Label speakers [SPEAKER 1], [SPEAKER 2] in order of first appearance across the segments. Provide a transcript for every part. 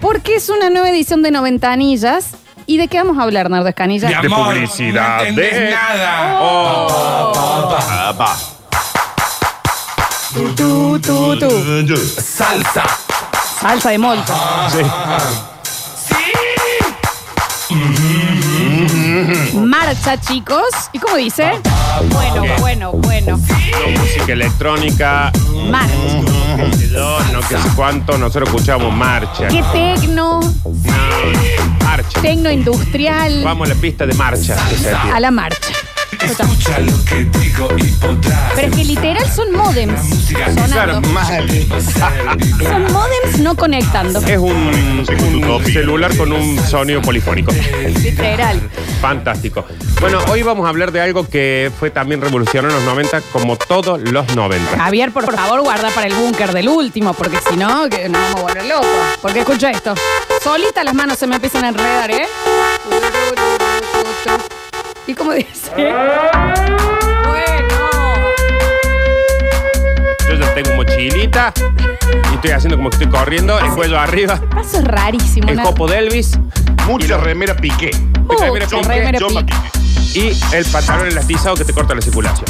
[SPEAKER 1] Porque es una nueva edición de Noventanillas. ¿Y de qué vamos a hablar, Nardo Escanilla?
[SPEAKER 2] De
[SPEAKER 3] De
[SPEAKER 2] amor,
[SPEAKER 3] publicidad,
[SPEAKER 2] No entendés
[SPEAKER 3] de-
[SPEAKER 2] nada.
[SPEAKER 3] Ah, va.
[SPEAKER 1] Tú, tú, tú.
[SPEAKER 2] Salsa.
[SPEAKER 1] Salsa de molto. Marcha, chicos. ¿Y cómo dice? Bueno, bueno, bueno.
[SPEAKER 3] No música electrónica,
[SPEAKER 2] Mm.
[SPEAKER 1] Marcha.
[SPEAKER 3] qué sé yo, no qué sé cuánto, nosotros escuchamos marcha.
[SPEAKER 1] ¿Qué tecno?
[SPEAKER 3] No, marcha.
[SPEAKER 1] Tecno industrial.
[SPEAKER 3] Vamos a la pista de marcha. que se atiende.
[SPEAKER 1] A la marcha.
[SPEAKER 2] Escucha lo que digo y podrás.
[SPEAKER 1] Pero es que literal son modems sonando. Son modems no conectando.
[SPEAKER 3] Es un, un celular con un sonido polifónico.
[SPEAKER 1] Literal.
[SPEAKER 3] Fantástico. Bueno, hoy vamos a hablar de algo que fue también revolucionario en los 90, como todos los 90.
[SPEAKER 1] Javier, por favor, guarda para el búnker del último, porque si no, que nos vamos a volver locos. Porque escucha esto. Solita las manos se me empiezan a enredar, ¿eh? ¿Y cómo dice? Bueno.
[SPEAKER 3] Yo ya tengo mochilita y estoy haciendo como que estoy corriendo, el cuello arriba,
[SPEAKER 1] Paso es rarísimo.
[SPEAKER 3] el
[SPEAKER 1] ¿no?
[SPEAKER 3] copo de Elvis
[SPEAKER 4] Mucha remera piqué.
[SPEAKER 1] Mucha
[SPEAKER 3] remera piqué,
[SPEAKER 1] remera
[SPEAKER 4] yo
[SPEAKER 1] piqué.
[SPEAKER 4] piqué.
[SPEAKER 3] y el pantalón elastizado que te corta la circulación.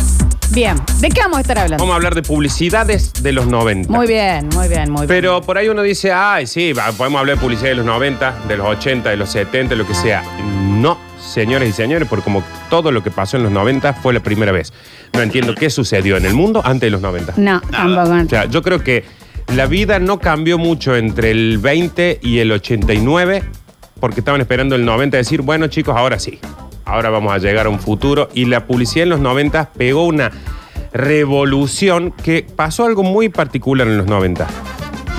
[SPEAKER 1] Bien. ¿De qué vamos a estar hablando?
[SPEAKER 3] Vamos a hablar de publicidades de los 90.
[SPEAKER 1] Muy bien, muy bien, muy bien.
[SPEAKER 3] Pero por ahí uno dice, ay, sí, va, podemos hablar de publicidad de los 90, de los 80, de los 70, lo que sea. No, señores y señores, porque como todo lo que pasó en los 90 fue la primera vez. No entiendo qué sucedió en el mundo antes de los 90.
[SPEAKER 1] No,
[SPEAKER 3] O
[SPEAKER 1] tampoco.
[SPEAKER 3] sea, yo creo que la vida no cambió mucho entre el 20 y el 89, porque estaban esperando el 90 a decir, bueno chicos, ahora sí, ahora vamos a llegar a un futuro. Y la publicidad en los 90 pegó una revolución que pasó algo muy particular en los 90.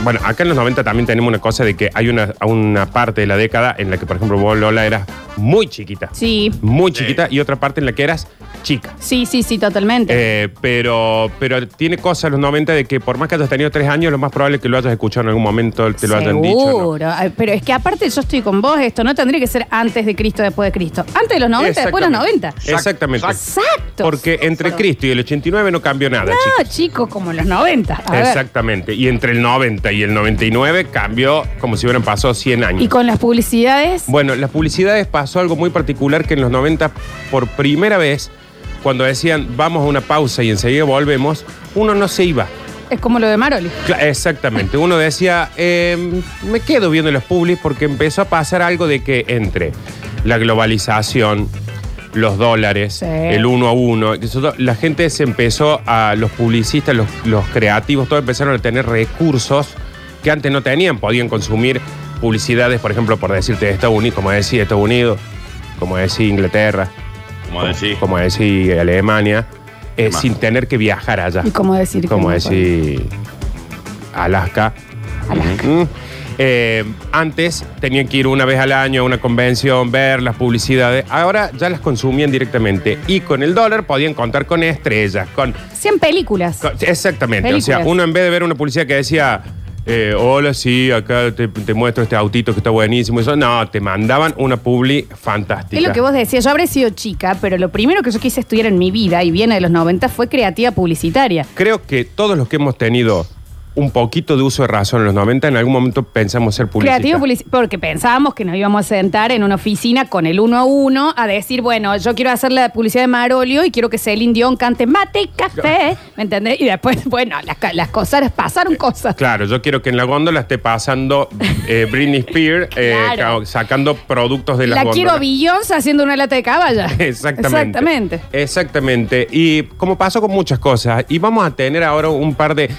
[SPEAKER 3] Bueno, acá en los 90 también tenemos una cosa de que hay una, una parte de la década en la que, por ejemplo, vos, Lola, eras muy chiquita.
[SPEAKER 1] Sí.
[SPEAKER 3] Muy chiquita, y otra parte en la que eras chica.
[SPEAKER 1] Sí, sí, sí, totalmente.
[SPEAKER 3] Eh, pero, pero tiene cosas los 90 de que por más que hayas tenido tres años, lo más probable es que lo hayas escuchado en algún momento, te lo hayan dicho.
[SPEAKER 1] Seguro. Ay, Pero es que aparte yo estoy con vos, esto no tendría que ser antes de Cristo, después de Cristo. Antes de los
[SPEAKER 3] ¿no?
[SPEAKER 1] 90, después de los 90.
[SPEAKER 3] Exactamente. Exactamente.
[SPEAKER 1] Exacto.
[SPEAKER 3] Porque entre Cristo y el 89 no cambió nada, chicos.
[SPEAKER 1] No, chicos, como los 90. A ver.
[SPEAKER 3] Exactamente. Y entre el 90 y el 99 cambió como si hubieran pasado 100 años.
[SPEAKER 1] Y con las publicidades.
[SPEAKER 3] Bueno, las publicidades pasó algo muy particular que en los 90, por primera vez, cuando decían vamos a una pausa y enseguida volvemos, uno no se iba.
[SPEAKER 1] Es como lo de Maroli.
[SPEAKER 3] Cla- Exactamente. Uno decía, eh, me quedo viendo los publis porque empezó a pasar algo de que entre la globalización, los dólares,
[SPEAKER 1] Sí.
[SPEAKER 3] el uno a uno, que eso to- la gente se empezó a, los publicistas, los, los creativos, todos empezaron a tener recursos que antes no tenían. Podían consumir publicidades, por ejemplo, por decirte de Estados Unidos, como decía Estados Unidos, como decía Inglaterra,
[SPEAKER 4] Como decís.
[SPEAKER 3] como decía Alemania, eh,
[SPEAKER 4] Además.
[SPEAKER 3] sin tener que viajar allá.
[SPEAKER 1] Y cómo decir. que
[SPEAKER 3] Como
[SPEAKER 1] no puede.
[SPEAKER 3] decir Alaska.
[SPEAKER 1] Alaska.
[SPEAKER 3] Mm. Eh, antes tenían que ir una vez al año a una convención, ver las publicidades. Ahora ya las consumían directamente. Y con el dólar podían contar con estrellas, con.
[SPEAKER 1] 100 películas.
[SPEAKER 3] con- exactamente. O sea,
[SPEAKER 1] Películas.
[SPEAKER 3] uno en vez de ver una publicidad que decía. eh, hola, sí, acá te, te muestro este autito que está buenísimo. Eso, no, te mandaban una publi fantástica.
[SPEAKER 1] Es lo que vos decías, yo habré sido chica, pero lo primero que yo quise estudiar en mi vida, y viene de los 90, fue creativa publicitaria.
[SPEAKER 3] Creo que todos los que hemos tenido un poquito de uso de razón en los 90, en algún momento pensamos ser publicistas.
[SPEAKER 1] Creativo publici- porque pensábamos que nos íbamos a sentar en una oficina con el uno a uno a decir, bueno, yo quiero hacer la publicidad de Marolio y quiero que Celine Dion cante mate y café, ¿me entendés? Y después, bueno, las, ca- las cosas pasaron cosas.
[SPEAKER 3] Eh, Claro, yo quiero que en la góndola esté pasando eh, Britney Spears eh,
[SPEAKER 1] Claro.
[SPEAKER 3] ca- sacando productos de las
[SPEAKER 1] La quiero
[SPEAKER 3] góndolas.
[SPEAKER 1] a Beyoncé haciendo una lata de caballa.
[SPEAKER 3] Exactamente.
[SPEAKER 1] Exactamente.
[SPEAKER 3] Exactamente. Y como pasó con muchas cosas, y vamos a tener ahora un par de.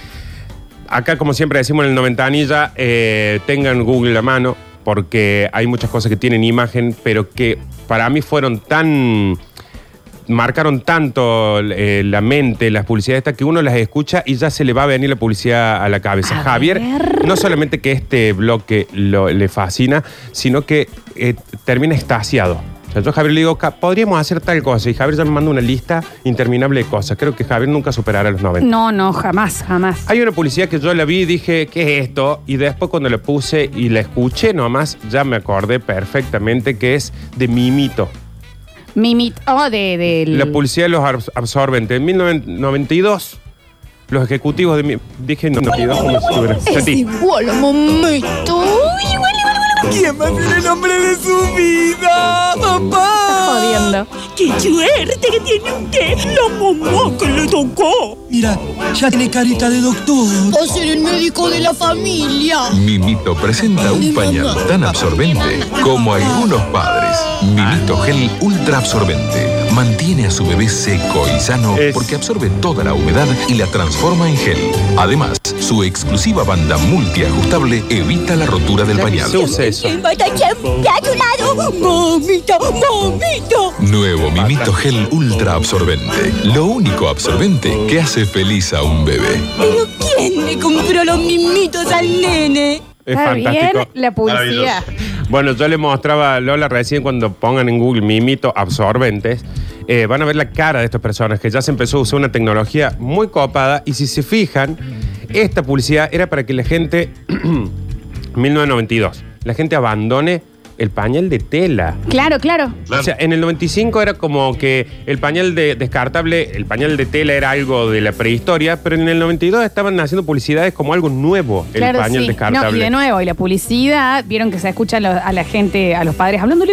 [SPEAKER 3] Acá, como siempre decimos en el 90 anilla, eh, tengan Google a mano, porque hay muchas cosas que tienen imagen, pero que para mí fueron tan. Marcaron tanto eh, la mente, las publicidades, estas, que uno las escucha y ya se le va a venir la publicidad a la cabeza.
[SPEAKER 1] A
[SPEAKER 3] Javier,
[SPEAKER 1] ver.
[SPEAKER 3] no solamente que este bloque lo- le fascina, sino que eh, termina extasiado. O sea, yo a Javier le digo, "Ca- podríamos hacer tal cosa. Y Javier ya me manda una lista interminable de cosas. Creo que Javier nunca superará los 90.
[SPEAKER 1] No, no, jamás, jamás.
[SPEAKER 3] Hay una publicidad que yo la vi y dije, ¿qué es esto? Y después cuando la puse y la escuché nomás, ya me acordé perfectamente que es de Mimito.
[SPEAKER 1] Mimit, oh, de, del-
[SPEAKER 3] La publicidad de los abs- absorbentes. En 1992, los ejecutivos de Mimito... Dije 92 como si estuviera...
[SPEAKER 1] Es
[SPEAKER 3] Sentí.
[SPEAKER 1] igual, momento. Igual, igual,
[SPEAKER 5] ¿Quién va a ser el hombre de su vida, papá?
[SPEAKER 1] Jodiendo.
[SPEAKER 6] ¡Qué suerte que tiene usted! ¡La mamá que le tocó!
[SPEAKER 5] Mira, ya tiene carita de doctor.
[SPEAKER 7] a ser el médico de la familia.
[SPEAKER 8] Mimito presenta un pañal tan absorbente como algunos padres. Mimito
[SPEAKER 4] Ah.
[SPEAKER 8] Gel Ultra Absorbente mantiene a su bebé seco y sano
[SPEAKER 3] Es-
[SPEAKER 8] porque absorbe toda la humedad y la transforma en gel. Además, su exclusiva banda multiajustable evita la rotura del
[SPEAKER 3] Se
[SPEAKER 8] pañal.
[SPEAKER 3] usa eso.
[SPEAKER 6] ¡Va a a tu lado! ¡Mamita! ¡Mamita!
[SPEAKER 8] Nuevo Mimito Gel Ultra Absorbente. Lo único absorbente que hace feliz a un bebé.
[SPEAKER 6] ¿Pero quién le compró los mimitos al nene?
[SPEAKER 3] Es
[SPEAKER 1] Está
[SPEAKER 3] fantástico.
[SPEAKER 1] bien la publicidad.
[SPEAKER 3] Bueno, yo le mostraba a Lola recién cuando pongan en Google mimito absorbentes, eh, van a ver la cara de estas personas que ya se empezó a usar una tecnología muy copada y si se fijan, esta publicidad era para que la gente, 1992, la gente abandone el pañal de tela.
[SPEAKER 1] Claro, claro.
[SPEAKER 4] Claro.
[SPEAKER 3] O sea, en el 95 era como que el pañal de descartable, el pañal de tela era algo de la prehistoria, pero en el 92 estaban haciendo publicidades como algo nuevo, el
[SPEAKER 1] claro,
[SPEAKER 3] pañal
[SPEAKER 1] sí.
[SPEAKER 3] descartable.
[SPEAKER 1] No, y de nuevo, y la publicidad, vieron que se escucha a, los- a la gente, a los padres hablándole.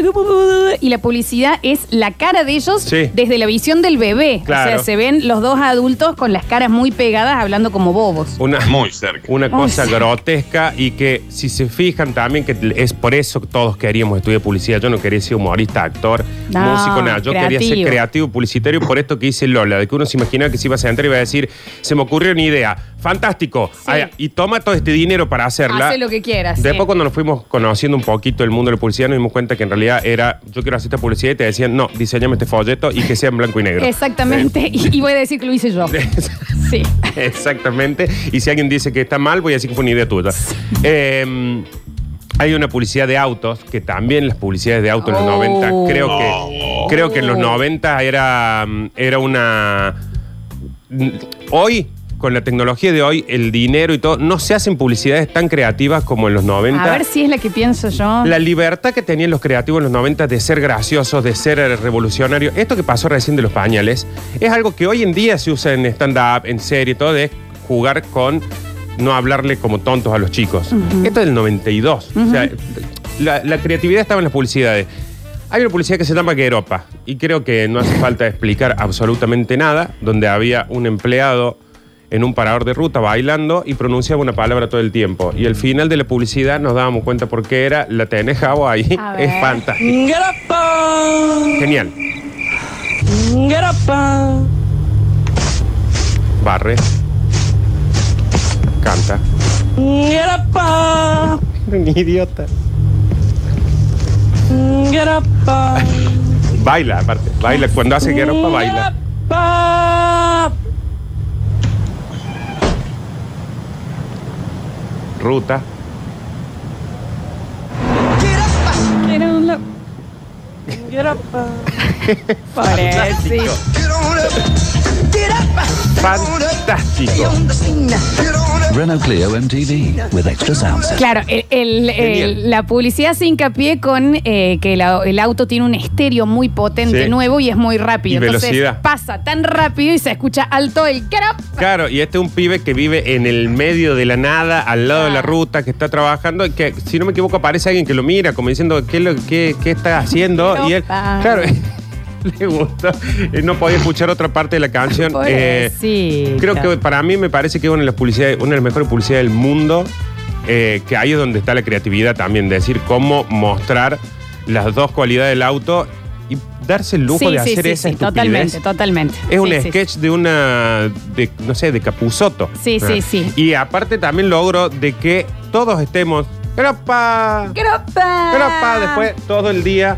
[SPEAKER 1] Y la publicidad es la cara de ellos
[SPEAKER 3] Sí.
[SPEAKER 1] desde la visión del bebé.
[SPEAKER 3] Claro.
[SPEAKER 1] O sea, se ven los dos adultos con las caras muy pegadas hablando como bobos.
[SPEAKER 3] Una,
[SPEAKER 4] Muy cerca.
[SPEAKER 3] una cosa
[SPEAKER 1] sí.
[SPEAKER 3] grotesca y que si se fijan también que es por eso que todos queríamos estudiar publicidad. Yo no quería ser humorista, actor,
[SPEAKER 1] No,
[SPEAKER 3] músico, nada. Yo quería ser
[SPEAKER 1] creativo.
[SPEAKER 3] creativo publicitario por esto que hice Lola, de que uno se imaginaba que se iba a sentar y iba a decir, se me ocurrió una idea, fantástico,
[SPEAKER 1] Sí.
[SPEAKER 3] Ay, y toma todo este dinero para hacerla.
[SPEAKER 1] Hace lo que quieras. sí.
[SPEAKER 3] Después cuando nos fuimos conociendo un poquito el mundo de la publicidad nos dimos cuenta que en realidad era yo quiero hacer esta publicidad y te decían no, diseñame este folleto y que sea en blanco y negro.
[SPEAKER 1] Exactamente. Y, y voy a decir que lo hice yo. sí.
[SPEAKER 3] Exactamente. Y si alguien dice que está mal, voy a decir que fue una idea tuya. Eh, hay una publicidad de autos, que también las publicidades de autos en los
[SPEAKER 1] Oh.
[SPEAKER 3] 90, creo que, creo que en los
[SPEAKER 1] Oh.
[SPEAKER 3] 90 era, mm, era una... mm, Hoy, con la tecnología de hoy, el dinero y todo, no se hacen publicidades tan creativas como en los 90.
[SPEAKER 1] A ver si es la que pienso yo.
[SPEAKER 3] La libertad que tenían los creativos en los 90 de ser graciosos, de ser eh, revolucionarios. Esto que pasó recién de los pañales es algo que hoy en día se usa en stand-up, en serie y todo, de jugar con no hablarle como tontos a los chicos. Esto es del 92. O sea, la, la creatividad estaba en las publicidades. Hay una publicidad que se llama Gueropa y creo que no hace falta explicar absolutamente nada, donde había un empleado en un parador de ruta bailando y pronunciaba una palabra todo el tiempo. Y al final de la publicidad nos dábamos cuenta por qué era, la tenés Javo, ahí,
[SPEAKER 1] A ver.
[SPEAKER 3] es fantástico.
[SPEAKER 6] ¡Garapa!
[SPEAKER 3] Genial.
[SPEAKER 6] ¡Garapa!
[SPEAKER 3] Barre. Canta.
[SPEAKER 6] ¡Garapa!
[SPEAKER 3] Un idiota.
[SPEAKER 6] ¡Garapa!
[SPEAKER 3] Baila, aparte. Baila. Cuando hace Gueropa, baila.
[SPEAKER 6] ¡Garapa!
[SPEAKER 3] Ruta.
[SPEAKER 1] Era un lo-
[SPEAKER 6] ¡Garapa!
[SPEAKER 1] Pobrecito.
[SPEAKER 3] Fantástico.
[SPEAKER 9] Renault Clio MTV with extra sound system.
[SPEAKER 1] Claro, el- el-
[SPEAKER 3] Genial.
[SPEAKER 1] el- la publicidad se hincapié con eh, que la- el auto tiene un estéreo muy potente,
[SPEAKER 3] Sí.
[SPEAKER 1] nuevo y es muy rápido.
[SPEAKER 3] Y
[SPEAKER 1] Entonces
[SPEAKER 3] velocidad.
[SPEAKER 1] pasa tan rápido y se escucha alto el crap.
[SPEAKER 3] Claro, y este es un pibe que vive en el medio de la nada, al lado de la ruta, que está trabajando, y que si no me equivoco aparece alguien que lo mira, como diciendo, ¿qué, es lo, qué, qué está haciendo? y él,
[SPEAKER 1] Opa.
[SPEAKER 3] claro, le gustó, y no podía escuchar otra parte de la canción. Eh,
[SPEAKER 1] Pobrecito.
[SPEAKER 3] creo que para mí me parece que es una de las, publicidades, una de las mejores publicidades del mundo, eh, que ahí es donde está la creatividad también, de decir cómo mostrar las dos cualidades del auto y darse el lujo
[SPEAKER 1] Sí,
[SPEAKER 3] de
[SPEAKER 1] sí,
[SPEAKER 3] hacer
[SPEAKER 1] sí,
[SPEAKER 3] esa
[SPEAKER 1] sí,
[SPEAKER 3] estupidez.
[SPEAKER 1] totalmente, totalmente.
[SPEAKER 3] Es un
[SPEAKER 1] Sí, sí,
[SPEAKER 3] sketch de una, de, no sé, de Capuzoto.
[SPEAKER 1] Sí, sí,
[SPEAKER 3] Ah.
[SPEAKER 1] sí.
[SPEAKER 3] Y aparte también logro de que todos estemos, ¡Gropa!
[SPEAKER 1] ¡Gropa!
[SPEAKER 3] ¡Gropa! Después todo el día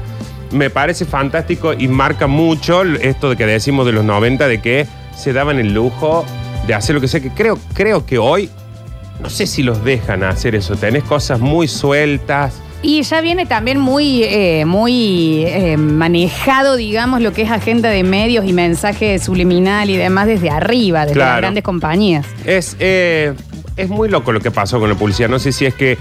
[SPEAKER 3] me parece fantástico y marca mucho esto de que decimos de los 90, de que se daban el lujo de hacer lo que sea, que creo, creo que hoy, no sé si los dejan hacer eso, tenés cosas muy sueltas.
[SPEAKER 1] Y ya viene también muy, eh, muy eh, manejado, digamos, lo que es agenda de medios y mensaje subliminal y demás desde arriba, desde las
[SPEAKER 3] Claro.
[SPEAKER 1] grandes compañías. Ah,
[SPEAKER 3] Es, eh, es muy loco lo que pasó con la publicidad. No sé si es que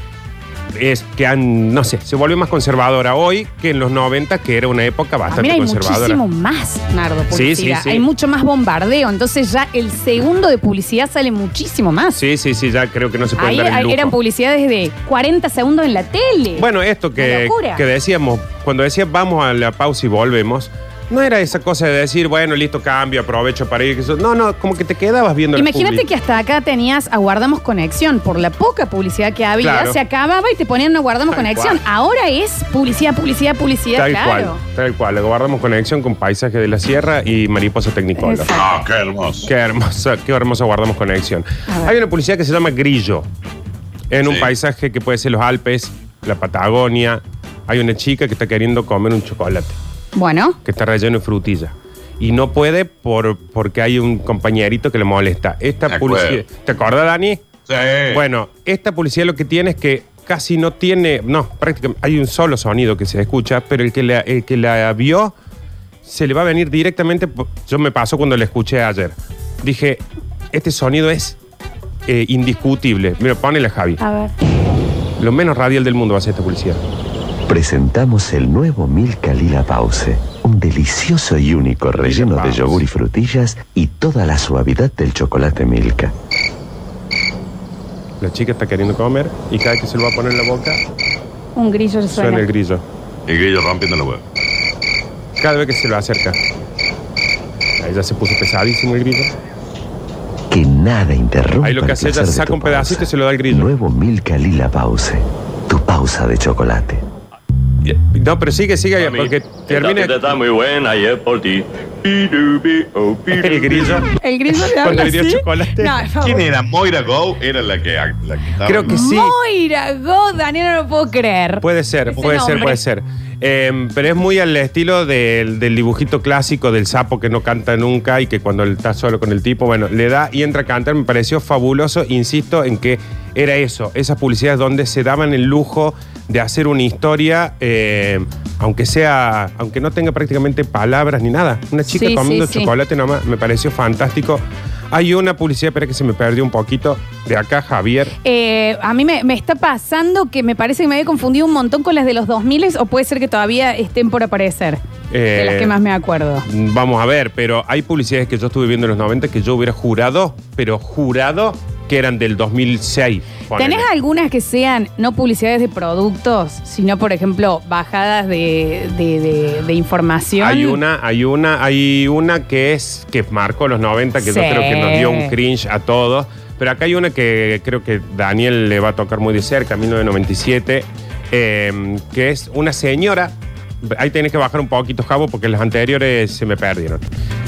[SPEAKER 3] es que han, no sé, se volvió más conservadora hoy que en los 90, que era una época
[SPEAKER 1] Ah,
[SPEAKER 3] bastante
[SPEAKER 1] mira, hay
[SPEAKER 3] conservadora.
[SPEAKER 1] muchísimo más, Nardo,
[SPEAKER 3] Sí,
[SPEAKER 1] publicidad.
[SPEAKER 3] sí, sí.
[SPEAKER 1] Hay mucho más bombardeo. Entonces ya el segundo de publicidad sale muchísimo más.
[SPEAKER 3] Sí, sí, sí, ya creo que no se puede
[SPEAKER 1] Ahí
[SPEAKER 3] dar el
[SPEAKER 1] ahí
[SPEAKER 3] lujo.
[SPEAKER 1] eran publicidades de 40 segundos en la tele.
[SPEAKER 3] Bueno, esto
[SPEAKER 1] Una
[SPEAKER 3] que,
[SPEAKER 1] locura.
[SPEAKER 3] que decíamos, cuando decía vamos a la pausa y volvemos, no era esa cosa de decir, bueno, listo, cambio, aprovecho para ir. eso. No, no, como que te quedabas viendo la
[SPEAKER 1] Imagínate
[SPEAKER 3] publi.
[SPEAKER 1] que hasta acá tenías aguardamos conexión. Por la poca publicidad que había,
[SPEAKER 3] Claro.
[SPEAKER 1] se acababa y te ponían aguardamos
[SPEAKER 3] Tal
[SPEAKER 1] conexión.
[SPEAKER 3] cual.
[SPEAKER 1] Ahora es publicidad, publicidad, publicidad,
[SPEAKER 3] Tal
[SPEAKER 1] claro.
[SPEAKER 3] cual, tal cual. Guardamos conexión con Paisaje de la Sierra y Mariposa Tecnicolor.
[SPEAKER 1] Exacto.
[SPEAKER 4] Ah, qué hermoso.
[SPEAKER 3] Qué hermosa, qué hermosa guardamos conexión.
[SPEAKER 1] A ver.
[SPEAKER 3] Hay una publicidad que se llama Grillo, en un
[SPEAKER 4] Sí.
[SPEAKER 3] paisaje que puede ser los Alpes, la Patagonia. Hay una chica que está queriendo comer un chocolate,
[SPEAKER 1] Bueno,
[SPEAKER 3] que está relleno de frutilla. Y no puede por, porque hay un compañerito que le molesta. Esta
[SPEAKER 4] De acuerdo.
[SPEAKER 3] publicidad. ¿Te acordás, Dani?
[SPEAKER 4] Sí.
[SPEAKER 3] Bueno, esta publicidad lo que tiene es que casi no tiene, no, prácticamente hay un solo sonido que se escucha, pero el que la, el que la vio se le va a venir directamente. po- Yo me pasó cuando la escuché ayer. Dije, este sonido es eh, indiscutible. Mira, ponele Javi.
[SPEAKER 1] a ver.
[SPEAKER 3] Lo menos radial del mundo va a ser esta publicidad.
[SPEAKER 9] Presentamos el nuevo Milka Lila Pause, un delicioso y único relleno de
[SPEAKER 3] Pause.
[SPEAKER 9] yogur y frutillas y toda la suavidad del chocolate Milka.
[SPEAKER 3] La chica está queriendo comer y cada vez que se lo va a poner en la boca
[SPEAKER 1] Un grillo le
[SPEAKER 3] suena
[SPEAKER 1] suena.
[SPEAKER 3] el grillo.
[SPEAKER 4] El grillo rompiendo la huevo.
[SPEAKER 3] Cada vez que se lo acerca. Ahí ya se puso pesadísimo el grillo.
[SPEAKER 9] Que nada interrumpa.
[SPEAKER 3] Ahí lo que
[SPEAKER 9] el
[SPEAKER 3] hace ella,
[SPEAKER 9] placer de
[SPEAKER 3] saca
[SPEAKER 9] tu
[SPEAKER 3] un pedacito
[SPEAKER 9] pausa.
[SPEAKER 3] y se lo da al grillo.
[SPEAKER 9] Nuevo Milka Lila Pause, tu pausa de chocolate.
[SPEAKER 3] No, pero sigue, sigue, porque termina
[SPEAKER 10] está muy buena y es por ti.
[SPEAKER 3] el grillo.
[SPEAKER 1] El grillo le
[SPEAKER 3] Cuando
[SPEAKER 1] habla
[SPEAKER 3] le dio
[SPEAKER 1] así.
[SPEAKER 3] chocolate.
[SPEAKER 1] No, por favor.
[SPEAKER 4] ¿Quién era? Moira Go era la que, la que estaba.
[SPEAKER 3] Creo que sí. Pues-
[SPEAKER 1] Moira, God, Daniel, no lo puedo creer.
[SPEAKER 3] Puede ser,
[SPEAKER 1] Ese
[SPEAKER 3] puede ser,
[SPEAKER 1] nombre.
[SPEAKER 3] puede ser. Eh, pero es muy al estilo del, del dibujito clásico del sapo que no canta nunca y que cuando él está solo con el tipo, bueno, le da y entra a cantar. Me pareció fabuloso. Insisto en que era eso, esas publicidades donde se daban el lujo de hacer una historia, eh, aunque sea, aunque no tenga prácticamente palabras ni nada. Una chica
[SPEAKER 1] Sí,
[SPEAKER 3] comiendo
[SPEAKER 1] sí, sí.
[SPEAKER 3] chocolate nomás, me pareció fantástico. Hay una publicidad, pero que se me perdió un poquito, de acá, Javier.
[SPEAKER 1] Eh, a mí me, me está pasando que me parece que me había confundido un montón con las de los 2000 o puede ser que todavía estén por aparecer. de las
[SPEAKER 3] Eh,
[SPEAKER 1] que más me acuerdo.
[SPEAKER 3] Mm, Vamos a ver, pero hay publicidades que yo estuve viendo en los 90 que yo hubiera jurado, pero jurado que eran del 2006. ponele.
[SPEAKER 1] ¿Tenés algunas que sean no publicidades de productos, sino, por ejemplo, bajadas de, de- de- de información?
[SPEAKER 3] Hay una, hay una, hay una que es que marcó los 90 que yo
[SPEAKER 1] Sí.
[SPEAKER 3] creo que nos dio un cringe a todos. Pero acá hay una que creo que Daniel le va a tocar muy de cerca, 1997, eh, que es una señora. Ahí tenés que bajar un poquito, Javo, porque las anteriores se me perdieron.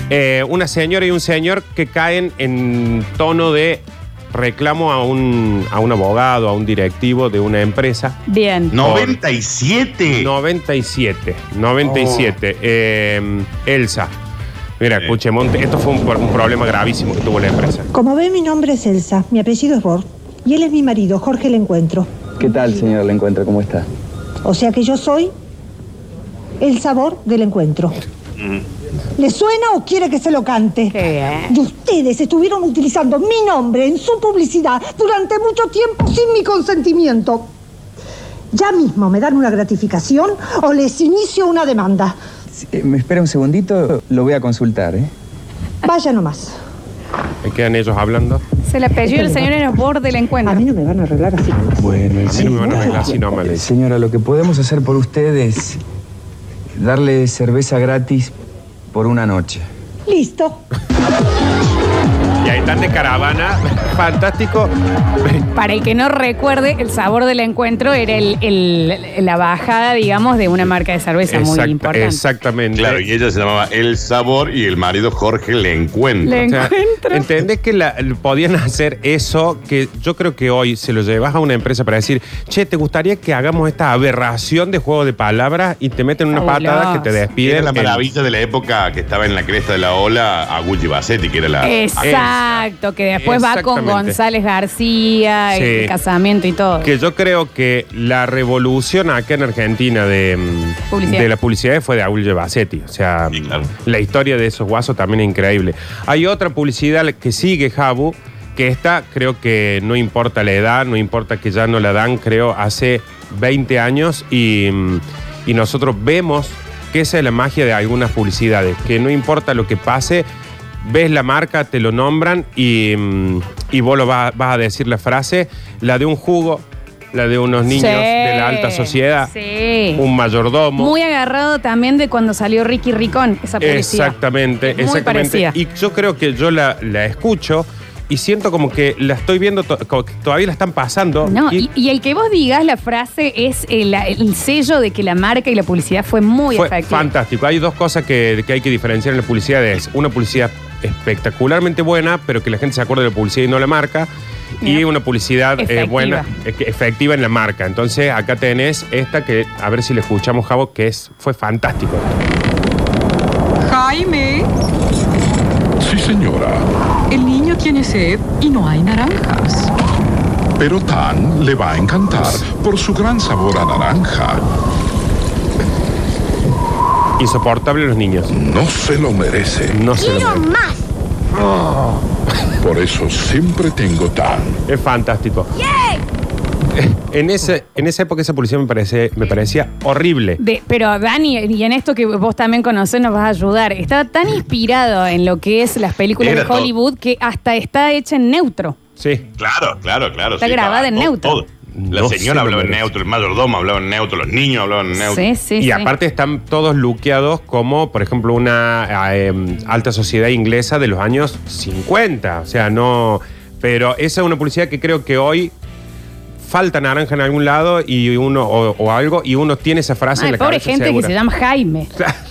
[SPEAKER 3] Eh, una señora y un señor que caen en tono de reclamo a un, a un abogado, a un directivo de una empresa.
[SPEAKER 1] Bien.
[SPEAKER 4] 97.
[SPEAKER 3] 97, 97.
[SPEAKER 4] Oh.
[SPEAKER 3] eh, Elsa. Mira, Cuchemonte, esto fue un, un problema gravísimo que tuvo la empresa.
[SPEAKER 6] Como ven, mi nombre es Elsa, mi apellido es Bor, y él es mi marido, Jorge el Encuentro.
[SPEAKER 9] ¿Qué tal, señora? ¿La encuentra? ¿Cómo está?
[SPEAKER 6] O sea que yo soy el sabor del encuentro. ¿Le suena o quiere que se lo cante?
[SPEAKER 1] Qué bien.
[SPEAKER 6] Y ustedes estuvieron utilizando mi nombre en su publicidad durante mucho tiempo sin mi consentimiento. Ya mismo me dan una gratificación o les inicio una demanda.
[SPEAKER 9] eh, me espera un segundito, lo voy a consultar, ¿eh?
[SPEAKER 6] Vaya nomás.
[SPEAKER 3] Me quedan ellos hablando.
[SPEAKER 1] Se la apellido el señor era borde del
[SPEAKER 6] A
[SPEAKER 1] encuentro.
[SPEAKER 6] mí no me van a arreglar así.
[SPEAKER 9] Bueno,
[SPEAKER 3] A mí no me van a arreglar así nomás, le dice.
[SPEAKER 9] Eh, Señora, lo que podemos hacer por ustedes es darle cerveza gratis por una noche.
[SPEAKER 6] Listo.
[SPEAKER 3] Y ahí están de caravana. Fantástico.
[SPEAKER 1] Para el que no recuerde, el sabor del encuentro era el- el- la bajada, digamos, de una marca de cerveza muy
[SPEAKER 3] Exacta-
[SPEAKER 1] importante.
[SPEAKER 3] exactamente.
[SPEAKER 4] Claro, y ella se llamaba El Sabor y el marido Jorge le encuentra.
[SPEAKER 1] Le
[SPEAKER 3] O sea,
[SPEAKER 1] encuentro.
[SPEAKER 3] ¿Entendés que la- podían hacer eso? Que yo creo que hoy se lo llevas a una empresa para decir, che, ¿te gustaría que hagamos esta aberración de juego de palabras y te meten una
[SPEAKER 1] Fabuloso.
[SPEAKER 3] patada que te despiden?
[SPEAKER 4] Era la
[SPEAKER 3] en-
[SPEAKER 4] maravilla de la época que estaba en la cresta de la ola a Gucci Bassetti, que era la.
[SPEAKER 1] Eh. Exacto, que después va con
[SPEAKER 3] Exactamente.
[SPEAKER 1] González García,
[SPEAKER 3] Sí.
[SPEAKER 1] el casamiento y todo.
[SPEAKER 3] Que yo creo que la revolución acá en Argentina de, mm,
[SPEAKER 1] Publicidad.
[SPEAKER 3] de la publicidad fue de Aulio Bassetti. O sea,
[SPEAKER 4] Sí, claro.
[SPEAKER 3] la historia de esos guasos también es increíble. Hay otra publicidad que sigue Jabu, que está, creo que no importa la edad, no importa que ya no la dan, creo, hace 20 años y, y nosotros vemos que esa es la magia de algunas publicidades, que no importa lo que pase, ves la marca, te lo nombran y, mm, y vos lo vas, vas a decir la frase, la de un jugo, la de unos niños
[SPEAKER 1] Sí,
[SPEAKER 3] de la alta sociedad,
[SPEAKER 1] sí.
[SPEAKER 3] un mayordomo.
[SPEAKER 1] Muy agarrado también de cuando salió Ricky Ricón, esa publicidad.
[SPEAKER 3] Exactamente,
[SPEAKER 1] Muy
[SPEAKER 3] exactamente.
[SPEAKER 1] parecida.
[SPEAKER 3] Y yo creo que yo la, la escucho y siento como que la estoy viendo, to- como que todavía la están pasando.
[SPEAKER 1] No,
[SPEAKER 3] y
[SPEAKER 1] y, y el que vos digas la frase es el, el sello de que la marca y la publicidad fue muy
[SPEAKER 3] fue
[SPEAKER 1] efectiva.
[SPEAKER 3] fantástico. Hay dos cosas que, que hay que diferenciar en la publicidad. Es una publicidad espectacularmente buena, pero que la gente se acuerda de la publicidad y no la marca. Y una publicidad eh,
[SPEAKER 1] Efectiva.
[SPEAKER 3] buena, eh, que- efectiva en la marca. Entonces, acá tenés esta que, a ver si le escuchamos, Javo, que es, fue fantástico.
[SPEAKER 11] Jaime,
[SPEAKER 8] Sí, señora.
[SPEAKER 11] el niño tiene sed y no hay naranjas.
[SPEAKER 8] Pero Tan le va a encantar por su gran sabor a naranja.
[SPEAKER 3] Insoportable los niños.
[SPEAKER 8] No se lo merece.
[SPEAKER 3] No se lo merece.
[SPEAKER 5] más!
[SPEAKER 8] Por eso siempre tengo Tan.
[SPEAKER 3] Es fantástico. En, ese, en esa época esa publicidad me, parece, me parecía horrible.
[SPEAKER 1] De- pero Dani, y en esto que vos también conocés nos vas a ayudar, está tan
[SPEAKER 3] Mm.
[SPEAKER 1] inspirado en lo que es las películas
[SPEAKER 4] Era
[SPEAKER 1] de Hollywood que hasta está hecha en neutro.
[SPEAKER 3] Sí.
[SPEAKER 4] Claro, claro, claro.
[SPEAKER 1] Está grabada
[SPEAKER 4] estaba
[SPEAKER 1] en
[SPEAKER 4] todo-
[SPEAKER 1] neutro.
[SPEAKER 4] todo. La
[SPEAKER 3] No sé,
[SPEAKER 4] señora hablaba en
[SPEAKER 3] hombre.
[SPEAKER 4] neutro, el mayordomo hablaba en neutro, los niños hablaban en neutro.
[SPEAKER 1] Sí, sí,
[SPEAKER 3] y
[SPEAKER 1] sí.
[SPEAKER 3] aparte están todos luqueados como, por ejemplo, una eh, alta sociedad inglesa de los años 50. O sea, no... Pero esa es una publicidad que creo que hoy falta naranja en algún lado y uno o, o algo y uno tiene esa frase en
[SPEAKER 1] Ay,
[SPEAKER 3] la
[SPEAKER 1] pobre
[SPEAKER 3] cabeza
[SPEAKER 1] gente
[SPEAKER 3] segura.
[SPEAKER 1] que se llama Jaime.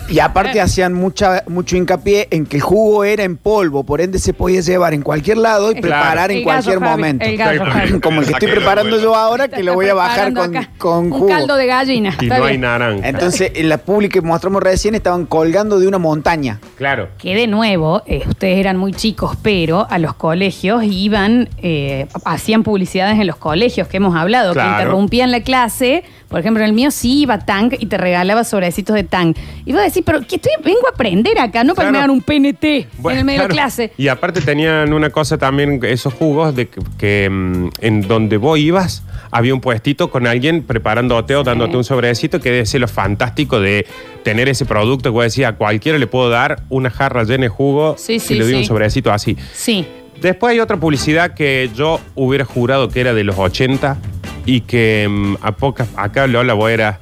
[SPEAKER 12] Y aparte hacían mucha, mucho hincapié en que el jugo era en polvo, por ende se podía llevar en cualquier lado y
[SPEAKER 1] Claro.
[SPEAKER 12] preparar
[SPEAKER 1] El
[SPEAKER 12] en
[SPEAKER 1] gallo,
[SPEAKER 12] cualquier
[SPEAKER 1] Javi,
[SPEAKER 12] momento.
[SPEAKER 1] el gallo, Javi.
[SPEAKER 12] Como el que estoy
[SPEAKER 4] Saqué la
[SPEAKER 12] preparando yo ahora, que lo voy a bajar
[SPEAKER 1] Preparando
[SPEAKER 12] con,
[SPEAKER 1] acá
[SPEAKER 12] con
[SPEAKER 1] Un
[SPEAKER 12] jugo.
[SPEAKER 1] caldo de gallina.
[SPEAKER 3] Y
[SPEAKER 1] Está
[SPEAKER 3] no hay
[SPEAKER 1] bien.
[SPEAKER 3] naranja.
[SPEAKER 12] Entonces, en la publi que mostramos recién estaban colgando de una montaña.
[SPEAKER 3] Claro.
[SPEAKER 1] Que de nuevo, eh, ustedes eran muy chicos, pero a los colegios iban, eh, hacían publicidades en los colegios que hemos hablado,
[SPEAKER 3] Claro.
[SPEAKER 1] que interrumpían la clase. Por ejemplo, en el mío sí iba Tang y te regalaba sobrecitos de Tang. Y vos decís, pero que estoy, vengo a aprender acá, no para
[SPEAKER 3] Claro.
[SPEAKER 1] que me hagan un PNT
[SPEAKER 3] Bueno,
[SPEAKER 1] en el medio
[SPEAKER 3] claro.
[SPEAKER 1] de clase.
[SPEAKER 3] Y aparte tenían una cosa también, esos jugos de que, que, mm, en donde vos ibas, había un puestito con alguien preparándote o dándote un sobrecito, que debe ser lo fantástico de tener ese producto que vos decías, a cualquiera le puedo dar una jarra llena de jugo
[SPEAKER 1] Sí,
[SPEAKER 3] y
[SPEAKER 1] sí,
[SPEAKER 3] le doy un
[SPEAKER 1] sí.
[SPEAKER 3] sobrecito así.
[SPEAKER 1] Sí.
[SPEAKER 3] Después hay otra publicidad que yo hubiera jurado que era de los 80 y que mm, a pocas, acá Lola vos eras,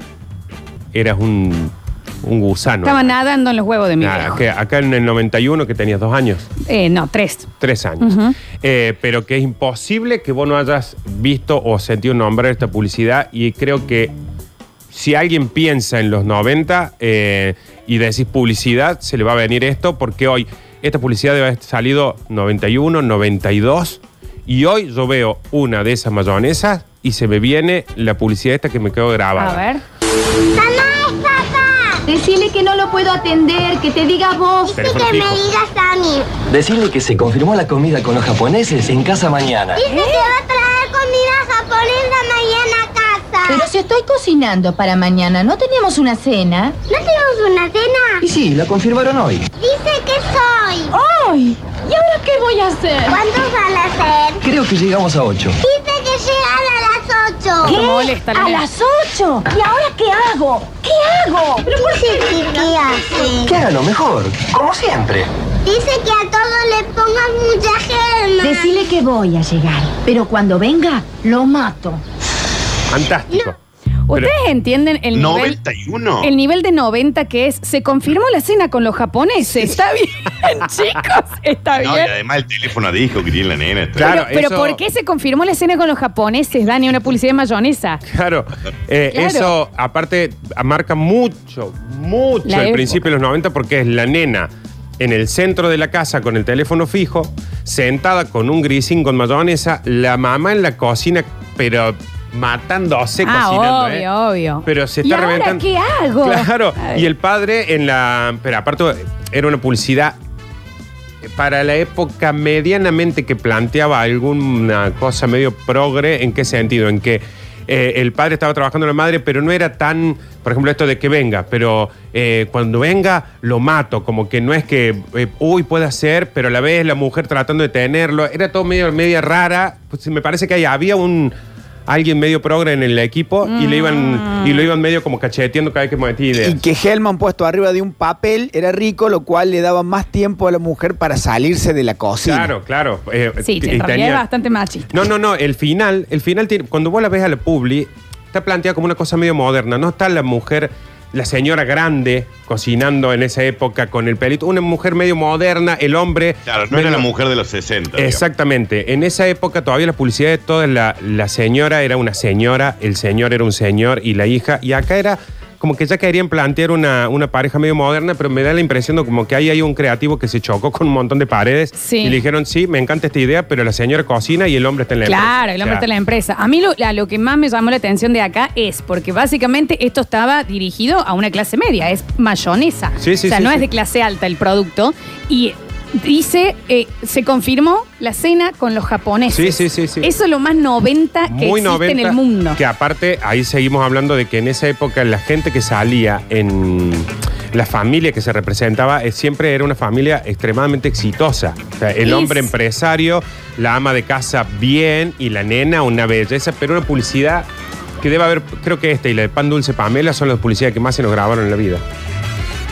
[SPEAKER 3] eras un, un gusano.
[SPEAKER 1] Estaba nadando en los huevos de mi
[SPEAKER 3] Nada,
[SPEAKER 1] viejo.
[SPEAKER 3] que acá en el 91 que tenías dos años.
[SPEAKER 1] Eh, no, tres.
[SPEAKER 3] Tres años.
[SPEAKER 1] Ujú.
[SPEAKER 3] Eh, pero que es imposible que vos no hayas visto o sentido nombrar esta publicidad y creo que si alguien piensa en los 90 eh, y decís publicidad, se le va a venir esto porque hoy esta publicidad debe haber salido 91, 92 y hoy yo veo una de esas mayonesas y se me viene la publicidad esta que me quedó grabada.
[SPEAKER 13] A ver. ¡Mamá, es papá! Decile que no lo puedo atender, que te diga vos.
[SPEAKER 3] Dice Teléfono que me fijo.
[SPEAKER 13] digas a mí.
[SPEAKER 14] Decirle que se confirmó la comida con los japoneses en casa mañana.
[SPEAKER 13] que va a traer comida japonesa mañana a casa.
[SPEAKER 7] Pero si estoy cocinando para mañana, ¿no teníamos una cena?
[SPEAKER 13] ¿No tenemos una cena?
[SPEAKER 14] Y sí, la confirmaron hoy.
[SPEAKER 13] Dice que soy. ¡Ay! ¿Y ahora qué voy a hacer? ¿Cuántos van a ser?
[SPEAKER 14] Creo que llegamos a 8.
[SPEAKER 13] Dice que llegan a las 8.
[SPEAKER 14] ¿Qué? Te molesta,
[SPEAKER 13] ¿A
[SPEAKER 14] nena.
[SPEAKER 13] las 8? ¿Y ahora qué hago? ¿Qué hago? ¿Pero por qué? ¿Qué hace?
[SPEAKER 14] Que haga lo mejor, como siempre.
[SPEAKER 13] Dice que a todos le pongan mucha gema. Decile que voy a llegar, pero cuando venga, lo mato.
[SPEAKER 3] Fantástico.
[SPEAKER 1] ¿Ustedes entienden el nivel,
[SPEAKER 4] 91.
[SPEAKER 1] el nivel de 90 que es? Se confirmó la cena con los japoneses. Está bien, chicos, está bien.
[SPEAKER 4] No, y además el teléfono dijo que tiene la nena. esto.
[SPEAKER 1] pero, pero ¿por qué se confirmó la escena con los japoneses, Dani? Una publicidad de mayonesa.
[SPEAKER 3] Claro, eh,
[SPEAKER 1] Claro.
[SPEAKER 3] eso aparte marca mucho, mucho
[SPEAKER 1] La
[SPEAKER 3] el
[SPEAKER 1] época.
[SPEAKER 3] principio de los 90 porque es la nena en el centro de la casa con el teléfono fijo, sentada con un grisín con mayonesa, la mamá en la cocina, pero matándose
[SPEAKER 1] ah,
[SPEAKER 3] cocinando.
[SPEAKER 1] obvio,
[SPEAKER 3] ¿eh?
[SPEAKER 1] obvio.
[SPEAKER 3] Pero se
[SPEAKER 1] ¿Y
[SPEAKER 3] está
[SPEAKER 1] ahora
[SPEAKER 3] reventando.
[SPEAKER 1] qué hago?
[SPEAKER 3] Claro.
[SPEAKER 1] A ver.
[SPEAKER 3] Y el padre en la. Pero aparte, era una publicidad. Eh, Para la época medianamente que planteaba alguna cosa medio progre, ¿en qué sentido? En que eh, el padre estaba trabajando la madre, pero no era tan, por ejemplo, esto de que venga, pero eh, cuando venga lo mato, como que no es que, eh, uy, puede ser, pero a la vez la mujer tratando de tenerlo, era todo medio, media rara, pues me parece que ahí había un... Alguien medio progre en el equipo y le iban y lo iban medio como cacheteando cada vez que metía ideas.
[SPEAKER 12] Y que Hellman puesto arriba de un papel era rico, lo cual le daba más tiempo a la mujer para salirse de la cocina.
[SPEAKER 3] Claro, claro. eh,
[SPEAKER 1] Sí,
[SPEAKER 3] y
[SPEAKER 1] en realidad es
[SPEAKER 3] tenía-
[SPEAKER 1] bastante machista.
[SPEAKER 3] No, no, no. El final, el final tiene- cuando vos la ves a la publi, está planteada como una cosa medio moderna. No está la mujer, la señora grande cocinando en esa época con el pelito. Una mujer medio moderna, el hombre.
[SPEAKER 4] Claro, no era la mujer de los 60. digamos.
[SPEAKER 3] Exactamente. En esa época todavía la publicidad de todas la, la señora era una señora, el señor era un señor y la hija. Y acá era como que ya querían plantear una, una pareja medio moderna, pero me da la impresión de como que ahí hay un creativo que se chocó con un montón de paredes
[SPEAKER 1] Sí.
[SPEAKER 3] y le dijeron, sí, me encanta esta idea, pero la señora cocina y el hombre está en la
[SPEAKER 1] Claro, el hombre está en la empresa. A mí lo, a lo que más me llamó la atención de acá es porque básicamente esto estaba dirigido a una clase media, es mayonesa.
[SPEAKER 3] Sí, sí,
[SPEAKER 1] o sea,
[SPEAKER 3] sí,
[SPEAKER 1] no
[SPEAKER 3] sí.
[SPEAKER 1] es de clase alta el producto. Y dice, eh, se confirmó la cena con los japoneses.
[SPEAKER 3] Sí, sí, sí, sí.
[SPEAKER 1] Eso es lo más 90 que
[SPEAKER 3] Muy
[SPEAKER 1] existe
[SPEAKER 3] 90,
[SPEAKER 1] en el mundo.
[SPEAKER 3] Que aparte, ahí seguimos hablando de que en esa época la gente que salía en la familia que se representaba eh, siempre era una familia extremadamente exitosa. O sea, el
[SPEAKER 1] Sí.
[SPEAKER 3] hombre empresario, la ama de casa bien y la nena una belleza, pero una publicidad que debe haber, creo que esta y la de Pan Dulce Pamela son las publicidades que más se nos grabaron en la vida.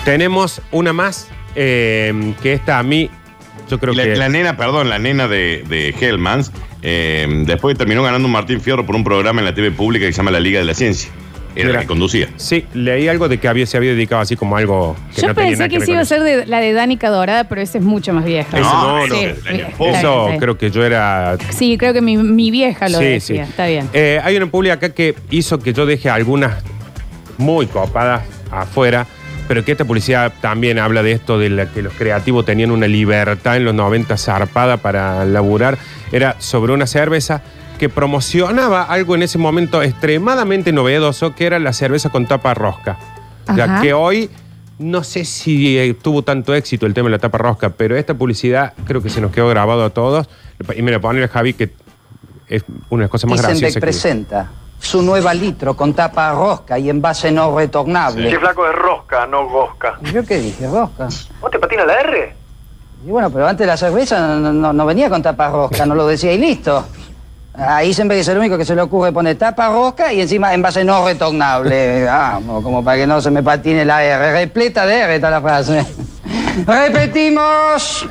[SPEAKER 3] Tenemos una más, eh, que esta a mí, yo creo
[SPEAKER 4] Y la,
[SPEAKER 3] que...
[SPEAKER 4] la nena, perdón, la nena de, de Hellmans, eh, después terminó ganando un Martín Fierro por un programa en la TV pública que se llama La Liga de la Ciencia. Era la
[SPEAKER 3] Mira.
[SPEAKER 4] que conducía.
[SPEAKER 3] Sí, leí algo de que había, se había dedicado así como algo que
[SPEAKER 1] Yo
[SPEAKER 3] no tenía
[SPEAKER 1] pensé
[SPEAKER 3] nada
[SPEAKER 1] que, sí
[SPEAKER 3] ver con
[SPEAKER 1] iba a
[SPEAKER 3] eso.
[SPEAKER 1] ser de- la de Danica Dorada, pero esa es mucho más vieja.
[SPEAKER 3] Eso no, no,
[SPEAKER 1] Sí,
[SPEAKER 3] no,
[SPEAKER 1] sí,
[SPEAKER 4] Oh,
[SPEAKER 3] Eso
[SPEAKER 1] está bien.
[SPEAKER 3] creo que yo era.
[SPEAKER 1] Sí, creo que mi, mi vieja lo
[SPEAKER 3] Sí, sí.
[SPEAKER 1] decía. Está bien.
[SPEAKER 3] Eh, hay una publi acá que hizo que yo deje algunas muy copadas afuera, pero que esta publicidad también habla de esto, de la que los creativos tenían una libertad en los 90 zarpada para laburar. Era sobre una cerveza que promocionaba algo en ese momento extremadamente novedoso, que era la cerveza con tapa rosca.
[SPEAKER 1] Ajá.
[SPEAKER 3] Ya que hoy no sé si eh, tuvo tanto éxito el tema de la tapa rosca, pero esta publicidad creo que se nos quedó grabado a todos. Y me lo pone el Javi, que es una de las cosas más
[SPEAKER 15] Isendec
[SPEAKER 3] graciosas.
[SPEAKER 15] presenta su nueva litro con tapa rosca y envase no retornable.
[SPEAKER 16] Qué flaco es rosca, no gosca.
[SPEAKER 15] ¿Yo qué dije? ¿Rosca?
[SPEAKER 16] ¿Vos te patina la R?
[SPEAKER 15] Y bueno, pero antes la cerveza no, no- no venía con tapa rosca, no lo decía y listo. A Isenberg es el único que se le ocurre poner tapa rosca y encima envase no retornable. Vamos, como para que no se me patine la R. Repleta de R está la frase. ¡Repetimos!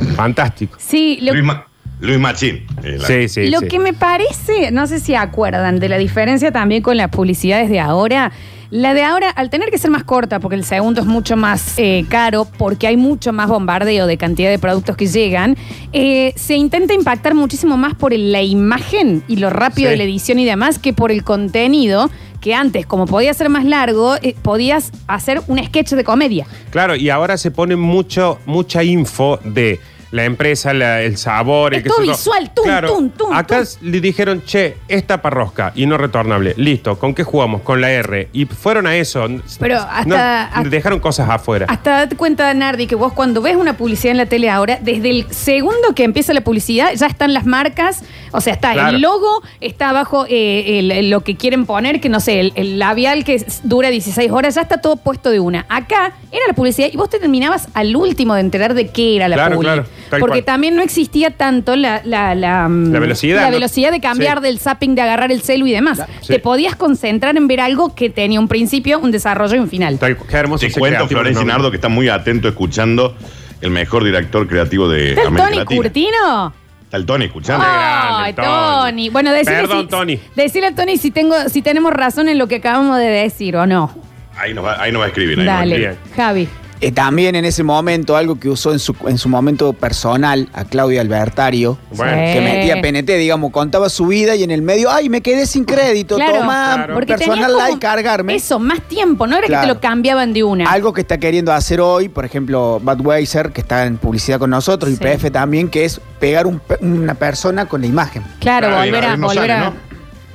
[SPEAKER 3] que- Fantástico.
[SPEAKER 1] Sí, lo,
[SPEAKER 4] Luis, Ma- Luis Machín. eh, la-
[SPEAKER 3] Sí, sí,
[SPEAKER 1] Lo
[SPEAKER 3] sí.
[SPEAKER 1] que me parece, no sé si acuerdan de la diferencia también con las publicidades de ahora. La de ahora, al tener que ser más corta, porque el segundo es mucho más eh, caro, porque hay mucho más bombardeo de cantidad de productos que llegan, eh, se intenta impactar muchísimo más por el- la imagen y lo rápido
[SPEAKER 17] Sí.
[SPEAKER 1] de la edición y demás que por el contenido, que antes, como podía ser más largo, eh, podías hacer un sketch de comedia.
[SPEAKER 3] Claro, y ahora se pone mucho, mucha info de la empresa, la- el sabor, el
[SPEAKER 1] Es todo
[SPEAKER 3] sé yo.
[SPEAKER 1] visual, tum, tum, tum,
[SPEAKER 3] Acá le dijeron, che, esta parrosca y no retornable. Listo, ¿con qué jugamos? Con la R. Y fueron a eso.
[SPEAKER 1] Pero
[SPEAKER 3] No,
[SPEAKER 1] hasta-
[SPEAKER 3] dejaron cosas afuera.
[SPEAKER 1] Hasta date cuenta, Nardi, que vos cuando ves una publicidad en la tele ahora, desde el segundo que empieza la publicidad, ya están las marcas, o sea, está
[SPEAKER 17] Claro.
[SPEAKER 1] el logo, está abajo eh, el- el- lo que quieren poner, que no sé, el, el labial que s- dura 16 horas, ya está todo puesto de una. Acá era la publicidad y vos te terminabas al último de enterar de qué era la
[SPEAKER 3] Claro,
[SPEAKER 1] publicidad.
[SPEAKER 3] claro, tal
[SPEAKER 1] porque
[SPEAKER 3] cual.
[SPEAKER 1] también no existía tanto la, la, la, mm,
[SPEAKER 3] La velocidad,
[SPEAKER 1] la
[SPEAKER 3] ¿no?
[SPEAKER 1] velocidad de cambiar
[SPEAKER 3] Sí.
[SPEAKER 1] del zapping, de agarrar el celu y demás.
[SPEAKER 3] sí.
[SPEAKER 1] Te podías concentrar en ver algo que tenía un principio, un desarrollo y un final.
[SPEAKER 3] Tal- qué hermoso
[SPEAKER 4] Te
[SPEAKER 3] ese
[SPEAKER 4] cuento,
[SPEAKER 3] creativo
[SPEAKER 4] Florencia
[SPEAKER 3] nombre.
[SPEAKER 4] Nardo, que está muy atento escuchando el mejor director creativo de
[SPEAKER 1] ¿Está el
[SPEAKER 4] América
[SPEAKER 1] Tony Ah.
[SPEAKER 4] Latina.
[SPEAKER 1] Curtino?
[SPEAKER 4] Está el Tony escuchando.
[SPEAKER 1] Ay, Tony. Bueno, decirle,
[SPEAKER 4] Perdón,
[SPEAKER 1] si,
[SPEAKER 4] Tony.
[SPEAKER 1] decirle a Tony si, tengo, si tenemos razón en lo que acabamos de decir o no.
[SPEAKER 4] Ahí nos va, ahí nos va a escribir. ahí nos va a
[SPEAKER 1] Dale,
[SPEAKER 4] escribir.
[SPEAKER 1] Javi.
[SPEAKER 12] Eh, también en ese momento, algo que usó en su, en su momento personal a Claudio Albertario,
[SPEAKER 1] Bueno.
[SPEAKER 12] que
[SPEAKER 1] Sí.
[SPEAKER 12] metía PNT, digamos, contaba su vida y en el medio, ay, me quedé sin crédito,
[SPEAKER 1] Claro,
[SPEAKER 12] toma
[SPEAKER 1] porque
[SPEAKER 12] personal
[SPEAKER 1] tenías como
[SPEAKER 12] like, cargarme.
[SPEAKER 1] Eso, más tiempo, no era que te
[SPEAKER 12] Claro.
[SPEAKER 1] lo cambiaban de una.
[SPEAKER 12] Algo que está queriendo hacer hoy, por ejemplo, Budweiser, que está en publicidad con nosotros, y PF también, que es pegar un pe- una persona con la imagen.
[SPEAKER 1] Claro,
[SPEAKER 12] Claro, y
[SPEAKER 1] volver
[SPEAKER 12] a
[SPEAKER 1] a.
[SPEAKER 12] ver, no
[SPEAKER 1] volver
[SPEAKER 12] sale,
[SPEAKER 1] a-
[SPEAKER 12] ¿no?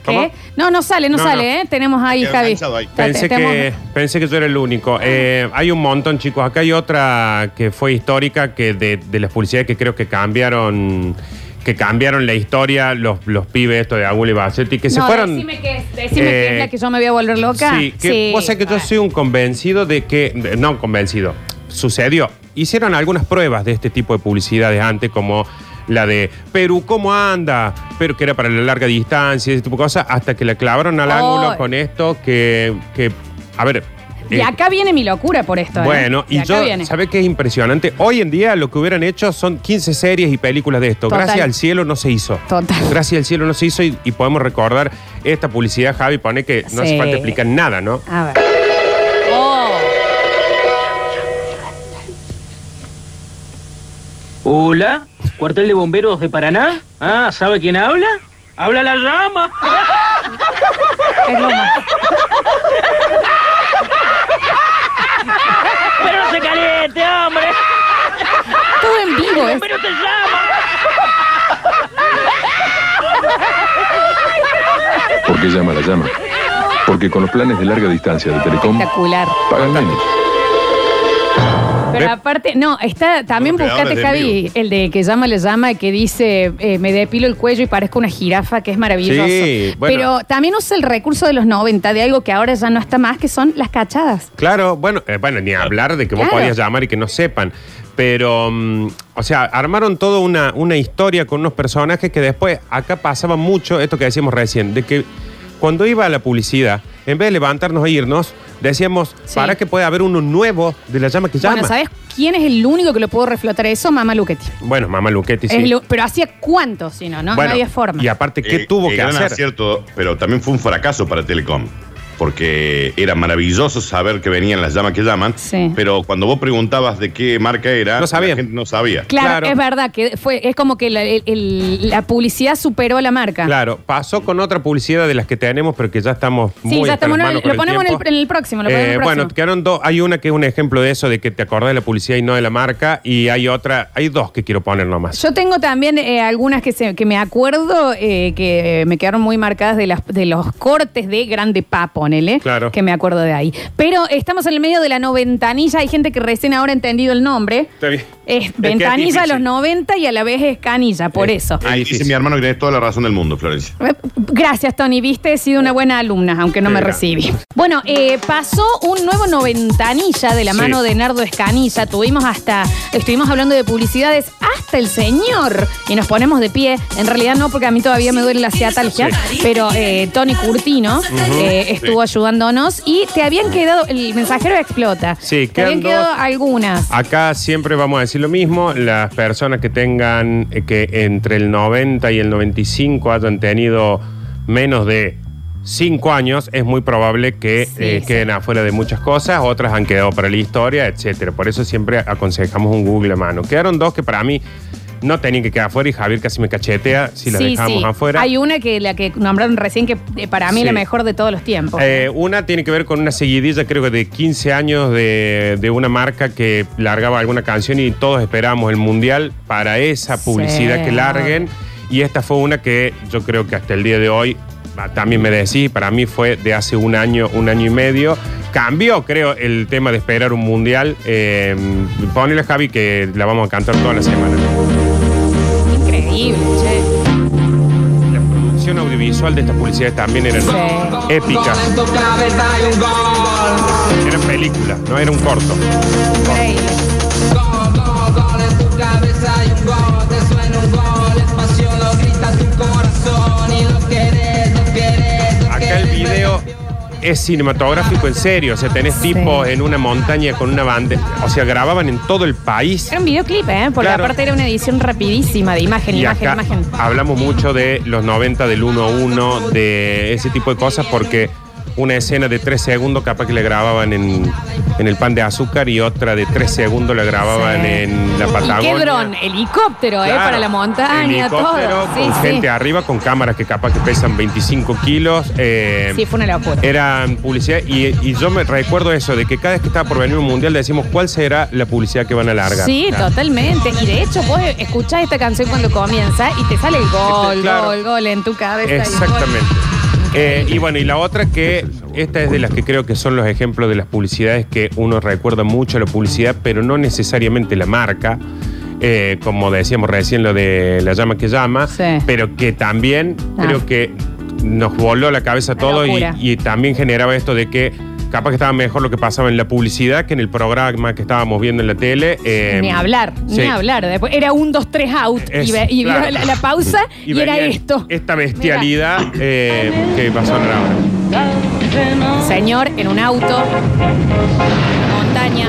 [SPEAKER 1] ¿Qué? No, no sale, no,
[SPEAKER 3] No,
[SPEAKER 1] sale, ¿eh? Tenemos ahí, Javi. Te- Ah.
[SPEAKER 3] Pensé
[SPEAKER 1] tenemos-
[SPEAKER 3] que, pensé que yo era el único. Eh, hay un montón, chicos. Acá hay otra que fue histórica, que de, de las publicidades que creo que cambiaron que cambiaron la historia, los, los pibes estos de Agul y Bassetti, que se
[SPEAKER 1] No,
[SPEAKER 3] fueron.
[SPEAKER 1] Decime, que, decime que es la
[SPEAKER 3] Eh,
[SPEAKER 1] que yo me voy a volver loca. Ah.
[SPEAKER 3] Sí, que, vos sabés que yo soy un convencido de que. de- No, convencido. Sucedió. Hicieron algunas pruebas de este tipo de publicidades antes, como la de Perú, ¿cómo anda? Pero que era para la larga distancia, ese tipo de cosas, hasta que la clavaron al
[SPEAKER 1] Oh.
[SPEAKER 3] ángulo con esto que. que a ver.
[SPEAKER 1] Y
[SPEAKER 3] eh,
[SPEAKER 1] acá viene mi locura por esto. ¿eh?
[SPEAKER 3] bueno,
[SPEAKER 1] De
[SPEAKER 3] y
[SPEAKER 1] acá
[SPEAKER 3] yo,
[SPEAKER 1] viene.
[SPEAKER 3] ¿sabes qué es impresionante? Hoy en día lo que hubieran hecho son 15 series y películas de esto.
[SPEAKER 1] Total.
[SPEAKER 3] Gracias al cielo no se hizo.
[SPEAKER 1] Total.
[SPEAKER 3] Gracias al cielo no se hizo y, y podemos recordar esta publicidad, Javi, pone que no
[SPEAKER 1] Sí.
[SPEAKER 3] hace falta explicar nada, ¿no?
[SPEAKER 1] A ver. Oh,
[SPEAKER 17] Hola, cuartel de bomberos de Paraná. Ah, ¿sabe quién habla? Habla la llama.
[SPEAKER 1] es lo más.
[SPEAKER 5] Pero no se caliente, hombre.
[SPEAKER 1] Todo en vivo es.
[SPEAKER 5] Pero te llama.
[SPEAKER 8] ¿Por qué llama la llama? Porque con los planes de larga distancia de Telecom
[SPEAKER 1] espectacular.
[SPEAKER 8] pagan menos.
[SPEAKER 1] Pero aparte, no, está también
[SPEAKER 8] Los creadores
[SPEAKER 1] buscate,
[SPEAKER 8] de en
[SPEAKER 1] Javi, el de que llama le llama, que dice eh, me depilo el cuello y parezco una jirafa, que es maravilloso.
[SPEAKER 3] Sí, bueno.
[SPEAKER 1] Pero también usa el recurso de los 90 de algo que ahora ya no está más, que son las cachadas.
[SPEAKER 3] Claro, bueno, eh, bueno, ni hablar de que vos
[SPEAKER 1] Claro.
[SPEAKER 3] podías llamar y que no sepan. Pero, mm, o sea, armaron toda una, una historia con unos personajes que después, acá pasaba mucho esto que decíamos recién, de que cuando iba a la publicidad, en vez de levantarnos e irnos, decíamos, para que puede haber uno nuevo de la llama que llama.
[SPEAKER 1] Bueno, ¿sabes quién es el único que lo pudo reflotar eso? Mamá Luquetti.
[SPEAKER 3] Bueno, mamá Luquetti, sí.
[SPEAKER 1] Es lo- pero hacía cuánto, si no, no,
[SPEAKER 4] Bueno,
[SPEAKER 1] no había forma.
[SPEAKER 3] y aparte, ¿qué tuvo
[SPEAKER 4] el
[SPEAKER 3] que
[SPEAKER 4] Eh, gran
[SPEAKER 3] hacer?
[SPEAKER 4] acierto, pero también fue un fracaso para Telecom. Porque era maravilloso saber que venían las llamas que llaman. Pero cuando vos preguntabas de qué marca era, la gente no sabía.
[SPEAKER 1] Claro, es verdad que fue, es como que la, el- el- la publicidad superó a la marca.
[SPEAKER 3] Claro, pasó con otra publicidad de las que tenemos, pero que ya estamos
[SPEAKER 1] Sí,
[SPEAKER 3] muy
[SPEAKER 1] ya estamos.
[SPEAKER 3] en
[SPEAKER 1] no, lo ponemos en el, en el próximo, lo ponemos en
[SPEAKER 3] Eh,
[SPEAKER 1] el próximo.
[SPEAKER 3] bueno, quedaron dos. Hay una que es un ejemplo de eso, de que te acordás de la publicidad y no de la marca. Y hay otra, hay dos que quiero poner nomás.
[SPEAKER 1] Yo tengo también eh, algunas que, se- que me acuerdo eh, que me quedaron muy marcadas de, las, de los cortes de Grande Pa, ponele.
[SPEAKER 3] Claro.
[SPEAKER 1] Que me acuerdo de ahí. Pero estamos en el medio de la noventanilla. Hay gente que recién ahora ha entendido el nombre.
[SPEAKER 3] Está bien.
[SPEAKER 1] Es
[SPEAKER 4] que es
[SPEAKER 1] ventanilla a
[SPEAKER 4] difícil.
[SPEAKER 1] los 90 y a la vez es canilla, por eso.
[SPEAKER 4] Ahí dice mi hermano que tenés toda la razón del mundo, Florencia.
[SPEAKER 1] Eh, Gracias, Tony. Viste, he sido una buena alumna, aunque no me
[SPEAKER 4] Era.
[SPEAKER 1] recibí. Bueno, eh, pasó un nuevo noventanilla de la
[SPEAKER 4] Sí.
[SPEAKER 1] mano de Nardo Escanilla. Tuvimos hasta, estuvimos hablando de publicidades hasta el señor. Y nos ponemos de pie. En realidad no, porque a mí todavía me duele la ciatalgia. Pero eh, Tony Curtino
[SPEAKER 3] Ujú,
[SPEAKER 1] eh,
[SPEAKER 3] sí.
[SPEAKER 1] estuvo ayudándonos. Y te habían quedado, el mensajero explota.
[SPEAKER 3] Sí,
[SPEAKER 1] Te habían
[SPEAKER 3] quedan dos. Ah,
[SPEAKER 1] quedado algunas.
[SPEAKER 3] Acá siempre vamos a decir lo mismo. Las personas que tengan, eh, que entre el 90 y el 95 hayan tenido menos de 5 años, es muy probable que eh, queden afuera de muchas cosas. Otras han quedado para la historia, etcétera. Por eso siempre aconsejamos un Google a mano. Quedaron dos que para mí no tenían que quedar afuera y Javier casi me cachetea si las dejamos afuera.
[SPEAKER 1] Hay una que la que nombraron recién que eh, para mí
[SPEAKER 3] Sí.
[SPEAKER 1] la mejor de todos los tiempos.
[SPEAKER 3] Eh, una tiene que ver con una seguidilla, creo que de 15 años de, de una marca que largaba alguna canción y todos esperábamos el mundial para esa publicidad que larguen. Y esta fue una que yo creo que hasta el día de hoy, ah, también me decís, para mí fue de hace un año, un año y medio. Cambió, creo, el tema de esperar un mundial. Eh, ponele, Javi, que la vamos a cantar toda la semana.
[SPEAKER 1] Increíble, che.
[SPEAKER 3] La producción audiovisual de estas publicidades también era épica. Era película, no era un corto.
[SPEAKER 1] Increíble.
[SPEAKER 3] Acá el video es cinematográfico en serio. O sea, tenés tipos en una montaña con una banda. O sea, grababan en todo el país.
[SPEAKER 1] Era un videoclip, ¿eh? Porque
[SPEAKER 3] Claro.
[SPEAKER 1] aparte era una edición rapidísima de imagen,
[SPEAKER 3] Y
[SPEAKER 1] imagen,
[SPEAKER 3] acá
[SPEAKER 1] imagen.
[SPEAKER 3] hablamos mucho de los 90, del 1-1, de ese tipo de cosas, porque una escena de 3 segundos capaz que la grababan en, en el pan de azúcar y otra de 3 segundos la grababan en la
[SPEAKER 1] ¿Y
[SPEAKER 3] Patagonia.
[SPEAKER 1] qué dron? Helicóptero, ¿eh?
[SPEAKER 3] Claro.
[SPEAKER 1] Para la montaña, todo.
[SPEAKER 3] Helicóptero
[SPEAKER 1] Sí,
[SPEAKER 3] con
[SPEAKER 1] sí.
[SPEAKER 3] gente arriba, con cámaras que capaz que pesan 25 kilos. eh,
[SPEAKER 1] Sí, fue una locura.
[SPEAKER 3] Eran publicidad y, y yo me recuerdo eso, de que cada vez que estaba por venir un mundial le decimos cuál será la publicidad que van a largar.
[SPEAKER 1] Sí,
[SPEAKER 3] Claro.
[SPEAKER 1] totalmente. Y de hecho, vos escuchás esta canción cuando comienza y te sale el gol,
[SPEAKER 3] Este, Claro.
[SPEAKER 1] gol, gol en tu cabeza. y gol.
[SPEAKER 3] Exactamente. Eh, y bueno, y la otra que, esta es de las que creo que son los ejemplos de las publicidades que uno recuerda mucho la publicidad, pero no necesariamente la marca. eh, como decíamos recién, lo de la llama que llama, pero que también
[SPEAKER 1] Ah.
[SPEAKER 3] creo que nos voló la cabeza todo y,
[SPEAKER 1] locura.
[SPEAKER 3] y también generaba esto de que capaz que estaba mejor lo que pasaba en la publicidad que en el programa que estábamos viendo en la tele. eh,
[SPEAKER 1] ni hablar,
[SPEAKER 3] sí.
[SPEAKER 1] ni hablar. Después era un, dos, tres out.
[SPEAKER 3] Es-
[SPEAKER 1] y ve- y vio
[SPEAKER 3] claro.
[SPEAKER 1] la, la pausa y, era
[SPEAKER 3] venía
[SPEAKER 1] esto.
[SPEAKER 3] Esta bestialidad eh, que va a sonar ahora.
[SPEAKER 1] Señor en un auto, montaña,